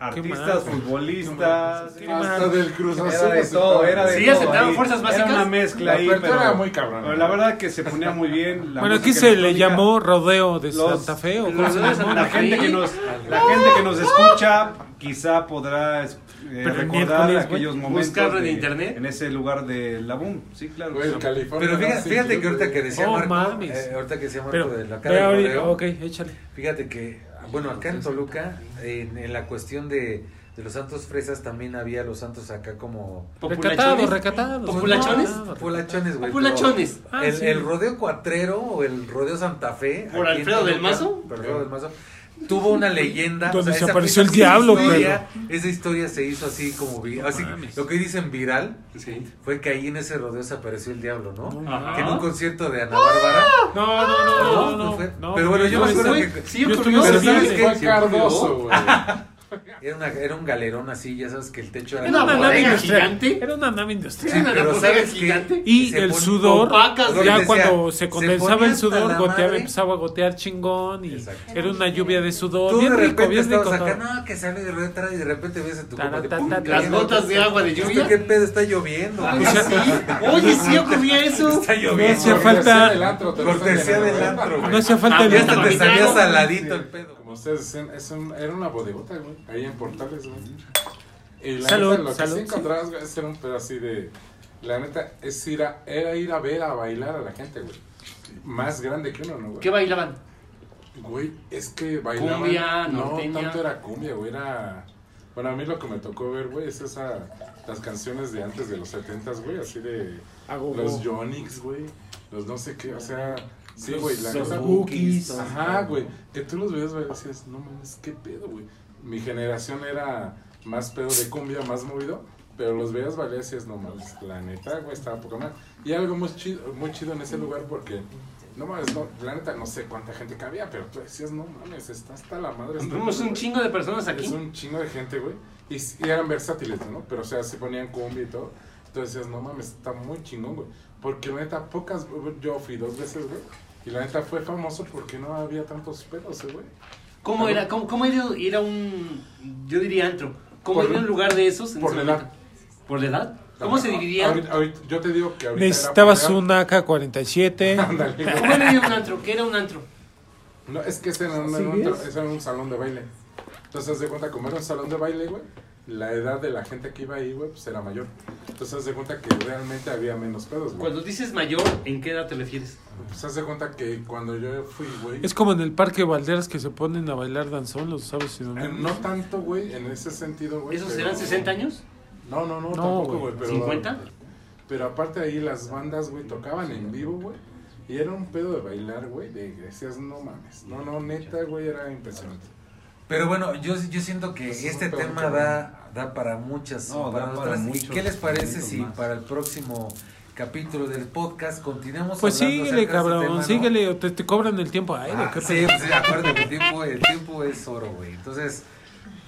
Speaker 5: artistas,
Speaker 2: mal.
Speaker 5: futbolistas,
Speaker 2: Qué mal.
Speaker 4: Hasta del Cruz Azul.
Speaker 5: era de todo, era de
Speaker 3: Sí,
Speaker 5: todo.
Speaker 3: aceptaban
Speaker 5: ahí.
Speaker 3: fuerzas básicas.
Speaker 5: Era una mezcla ahí,
Speaker 4: La apertura
Speaker 5: pero,
Speaker 4: era muy cabrona.
Speaker 5: pero la verdad que se ponía muy bien. la
Speaker 2: bueno, aquí
Speaker 5: música
Speaker 2: se le
Speaker 5: electrónica.
Speaker 2: llamó rodeo de
Speaker 5: Los-
Speaker 2: Santa Fe o
Speaker 3: los
Speaker 2: cómo se
Speaker 3: rodeos de
Speaker 2: llamó?
Speaker 5: La
Speaker 3: Santa Fe.
Speaker 5: gente que nos, la gente que nos escucha quizá podrá es- eh,
Speaker 2: Pero el
Speaker 5: recordar
Speaker 2: miércoles,
Speaker 5: aquellos
Speaker 2: güey,
Speaker 5: momentos
Speaker 3: buscarlo en
Speaker 5: de-
Speaker 3: internet. Pues,
Speaker 5: en ese lugar de la boom, sí, claro.
Speaker 4: Güey, el California.
Speaker 1: Pero fíjate,
Speaker 4: Dancing
Speaker 1: fíjate que
Speaker 4: Club,
Speaker 1: ahorita que
Speaker 4: güey.
Speaker 1: decía
Speaker 2: Oh,
Speaker 1: Marco,
Speaker 2: mames.
Speaker 1: eh, ahorita que decía Marco
Speaker 2: Pero,
Speaker 1: de la
Speaker 2: pero
Speaker 1: cara del
Speaker 2: ahorita-
Speaker 1: rodeo,
Speaker 2: ok, échale.
Speaker 1: fíjate que, bueno, acá en Toluca, en, en la cuestión de, de los santos fresas, también había los santos acá como
Speaker 2: Recatados,
Speaker 3: Populachones.
Speaker 2: recatados.
Speaker 3: ¿Populachones?
Speaker 2: No, no, no.
Speaker 1: Populachones, güey.
Speaker 3: Populachones.
Speaker 1: pero
Speaker 2: Ah,
Speaker 1: el,
Speaker 2: sí.
Speaker 1: el rodeo cuatrero o el rodeo Santa Fe.
Speaker 3: ¿Por
Speaker 1: aquí en
Speaker 3: Alfredo del
Speaker 1: Toluca,
Speaker 3: Mazo?
Speaker 1: por Alfredo del Mazo. Tuvo una leyenda.
Speaker 2: Donde se
Speaker 1: esa-
Speaker 2: apareció el
Speaker 1: esa
Speaker 2: diablo,
Speaker 1: historia- Esa historia se hizo así como. vi- así,
Speaker 2: mames.
Speaker 1: lo que hoy dicen viral
Speaker 3: Sí.
Speaker 1: fue que ahí en ese rodeo se apareció el diablo, ¿no?
Speaker 3: Ajá.
Speaker 1: Que en un concierto de Ana Bárbara.
Speaker 3: ¡Ah!
Speaker 2: No, no, no, no,
Speaker 1: No, no
Speaker 2: no,
Speaker 1: fue.
Speaker 2: no,
Speaker 1: Pero bueno, yo
Speaker 2: no,
Speaker 1: me acuerdo
Speaker 2: ese-
Speaker 1: que-
Speaker 3: Pues, Sí,
Speaker 2: yo
Speaker 3: ocurrió.
Speaker 1: Pero
Speaker 2: estuve ese
Speaker 1: ¿sabes
Speaker 2: día.
Speaker 1: qué?
Speaker 4: Fue Cardoso, güey.
Speaker 1: Era, una, era un galerón así, ya sabes que el techo era.
Speaker 3: Era una
Speaker 1: como-
Speaker 3: bodega
Speaker 2: nave industrial.
Speaker 3: gigante.
Speaker 2: Era una nave
Speaker 1: Sí,
Speaker 2: industrial.
Speaker 3: Era una
Speaker 1: pero
Speaker 3: bodega
Speaker 1: ¿sabes qué?
Speaker 3: gigante.
Speaker 2: Y
Speaker 1: Se
Speaker 2: el
Speaker 1: ponía
Speaker 2: sudor,
Speaker 3: opacas, güey.
Speaker 2: ya
Speaker 1: Decía,
Speaker 2: cuando se condensaba
Speaker 1: ponía
Speaker 2: el sudor,
Speaker 1: hasta la
Speaker 2: goteaba,
Speaker 1: madre.
Speaker 2: empezaba a gotear chingón y
Speaker 1: Exacto.
Speaker 2: era una lluvia de sudor.
Speaker 1: Tú de
Speaker 2: bien
Speaker 1: repente
Speaker 2: rico, bien rico.
Speaker 1: estabas acá,
Speaker 2: todo.
Speaker 1: no, que sale de retras y de repente ves en tu
Speaker 2: Tará,
Speaker 1: copa de
Speaker 2: ta,
Speaker 1: pum,
Speaker 2: ta, ta.
Speaker 3: Las
Speaker 1: lloviendo.
Speaker 3: gotas de agua de
Speaker 1: ¿Esto ¿Qué
Speaker 3: lluvia.
Speaker 1: pedo está lloviendo?
Speaker 3: Ah,
Speaker 1: güey?
Speaker 3: sí. Oye, sí ocurría eso.
Speaker 1: Está
Speaker 2: No
Speaker 1: lloviendo.
Speaker 2: hacía
Speaker 4: Cortesía
Speaker 2: falta-
Speaker 4: del antro, te lo están
Speaker 1: Cortesía
Speaker 4: llenando,
Speaker 1: del
Speaker 4: güey.
Speaker 1: antro, güey.
Speaker 2: No hacía falta
Speaker 3: Ah,
Speaker 2: el
Speaker 1: Ya hasta te
Speaker 3: Estaba
Speaker 1: salía
Speaker 3: picado.
Speaker 1: saladito el pedo.
Speaker 4: Como ustedes decían, es un- era una bodegota, güey. Ahí en Portales, güey. Y la
Speaker 2: Salud,
Speaker 4: neta, lo
Speaker 2: salud,
Speaker 4: que sí encontrabas, güey, es era un pedo así de. La neta, es ir a, era ir a ver a bailar a la gente, güey. Más grande que uno, ¿no, güey?
Speaker 3: ¿Qué bailaban?
Speaker 4: Güey, es que bailaban.
Speaker 3: Cumbia, norteña.
Speaker 4: No, tanto era cumbia, güey. Era. Bueno, a mí lo que me tocó ver, güey, es esa. Las canciones de antes de los 70 güey, así de. Los Yonix, güey. Los no sé qué, o sea. Sí, güey, la neta.
Speaker 1: Bookies.
Speaker 4: Ajá, güey. Que tú los veías, güey, decías, no mames, qué pedo, güey. Mi generación era más pedo de cumbia, más movido. Pero los veías bailar y decías, no mames, la neta, güey, estaba poco mal. Y algo muy chido, muy chido en ese lugar porque, no mames, no, la neta, no sé cuánta gente cabía, pero tú decías, no mames, está hasta la madre. este
Speaker 3: Vemos
Speaker 4: lugar,
Speaker 3: un chingo de personas
Speaker 4: es
Speaker 3: aquí.
Speaker 4: un chingo de gente, güey. Y, s- y eran versátiles, ¿no? Pero, o sea, se ponían cumbia y todo. Entonces decías, no mames, está muy chingón, güey. Porque la neta, pocas. Yo fui dos veces, güey. Y la neta fue famoso porque no había tantos pedos, eh, güey.
Speaker 3: ¿Cómo era? ¿Cómo, cómo era, era un, yo diría antro? ¿Cómo
Speaker 4: Por-
Speaker 3: era un lugar de esos? en
Speaker 4: por
Speaker 3: ese
Speaker 4: la
Speaker 3: momento? ¿Por la edad? ¿Cómo se dividía?
Speaker 4: Ahorita- ahorita- yo te digo que ahorita.
Speaker 2: Necesitabas
Speaker 4: era
Speaker 2: un AK-47.
Speaker 4: Ándale, güey.
Speaker 3: ¿Cómo era un antro? ¿Qué era un antro?
Speaker 4: No, es que ese era, un- un, ese era un salón de baile. Entonces, haz de cuenta, como era un salón de baile, güey, la edad de la gente que iba ahí, güey, pues era mayor. Entonces, haz de cuenta que realmente había menos pedos, güey.
Speaker 3: Cuando dices mayor, ¿en qué edad te refieres?
Speaker 4: Pues haz de cuenta que cuando yo fui, güey.
Speaker 2: Es como en el Parque Valderas que se ponen a bailar danzón los sábados y
Speaker 4: eh,
Speaker 2: domingos.
Speaker 4: No tanto, güey, en ese sentido, güey.
Speaker 3: ¿Esos
Speaker 4: Pues, pero-
Speaker 3: eran 60 años?
Speaker 4: No, no, no,
Speaker 2: No,
Speaker 4: tampoco,
Speaker 2: güey.
Speaker 4: güey. Pero,
Speaker 3: ¿50?
Speaker 4: Pero aparte ahí las bandas, güey, tocaban en vivo, güey. Y era un pedo de bailar, güey. De decías, no mames. No, no, neta, güey, era impresionante.
Speaker 1: Pero bueno, yo, yo siento que
Speaker 4: Pues es
Speaker 1: este
Speaker 4: un pedo
Speaker 1: tema
Speaker 4: cabrón.
Speaker 1: da, da para muchas.
Speaker 5: No,
Speaker 1: para
Speaker 5: da
Speaker 1: otras.
Speaker 5: para
Speaker 1: ¿Y
Speaker 5: muchos
Speaker 1: ¿Qué les parece
Speaker 5: momentos
Speaker 1: si
Speaker 5: más.
Speaker 1: para el próximo capítulo del podcast continuamos
Speaker 2: Pues
Speaker 1: hablando
Speaker 2: síguele,
Speaker 1: acerca de este
Speaker 2: cabrón,
Speaker 1: tema, ¿no?
Speaker 2: síguele, o te, te cobran el tiempo aéreo.
Speaker 1: Ah,
Speaker 2: ¿qué
Speaker 1: sí, sí, acuérdate, el tiempo, el tiempo es oro, güey. Entonces,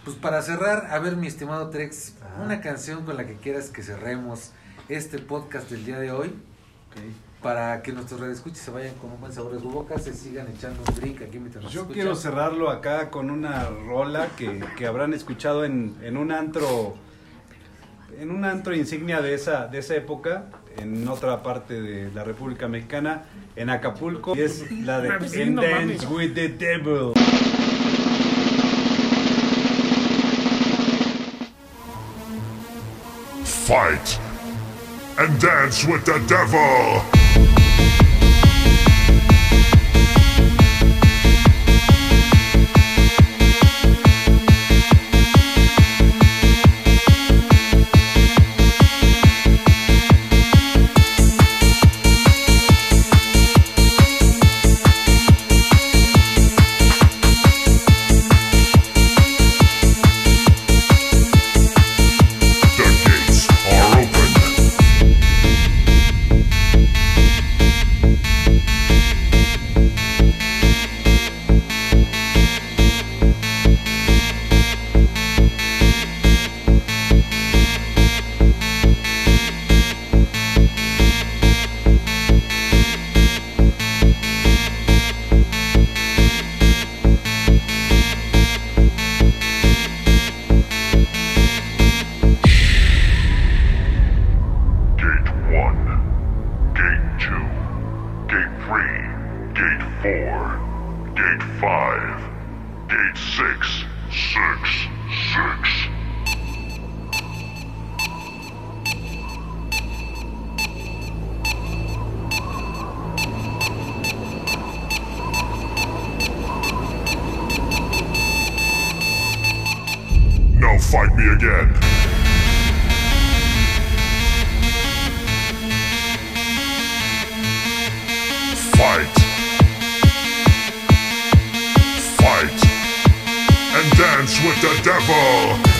Speaker 1: pues para cerrar, a ver, mi estimado Trex, una canción con la que quieras que cerremos este podcast del día de hoy
Speaker 5: Pues
Speaker 1: para que nuestros radioescuchas se vayan con un buen sabor de su boca, se sigan echando un drink aquí mientras nos
Speaker 5: Yo
Speaker 1: escuchan.
Speaker 5: quiero cerrarlo acá con una rola que, que habrán escuchado en, en un antro en un antro insignia de esa de esa época en otra parte de la República Mexicana en Acapulco y es la de
Speaker 2: Mames, sí,
Speaker 5: "And
Speaker 2: no
Speaker 5: Dance
Speaker 2: mames.
Speaker 5: with the Devil
Speaker 7: Fight! and dance with the devil. The gates are open. Gate 1, Gate 2, Gate 3, Gate 4, Gate 5, Gate 6, 6, 6. Now fight me again. Fight. Fight. And dance with the devil.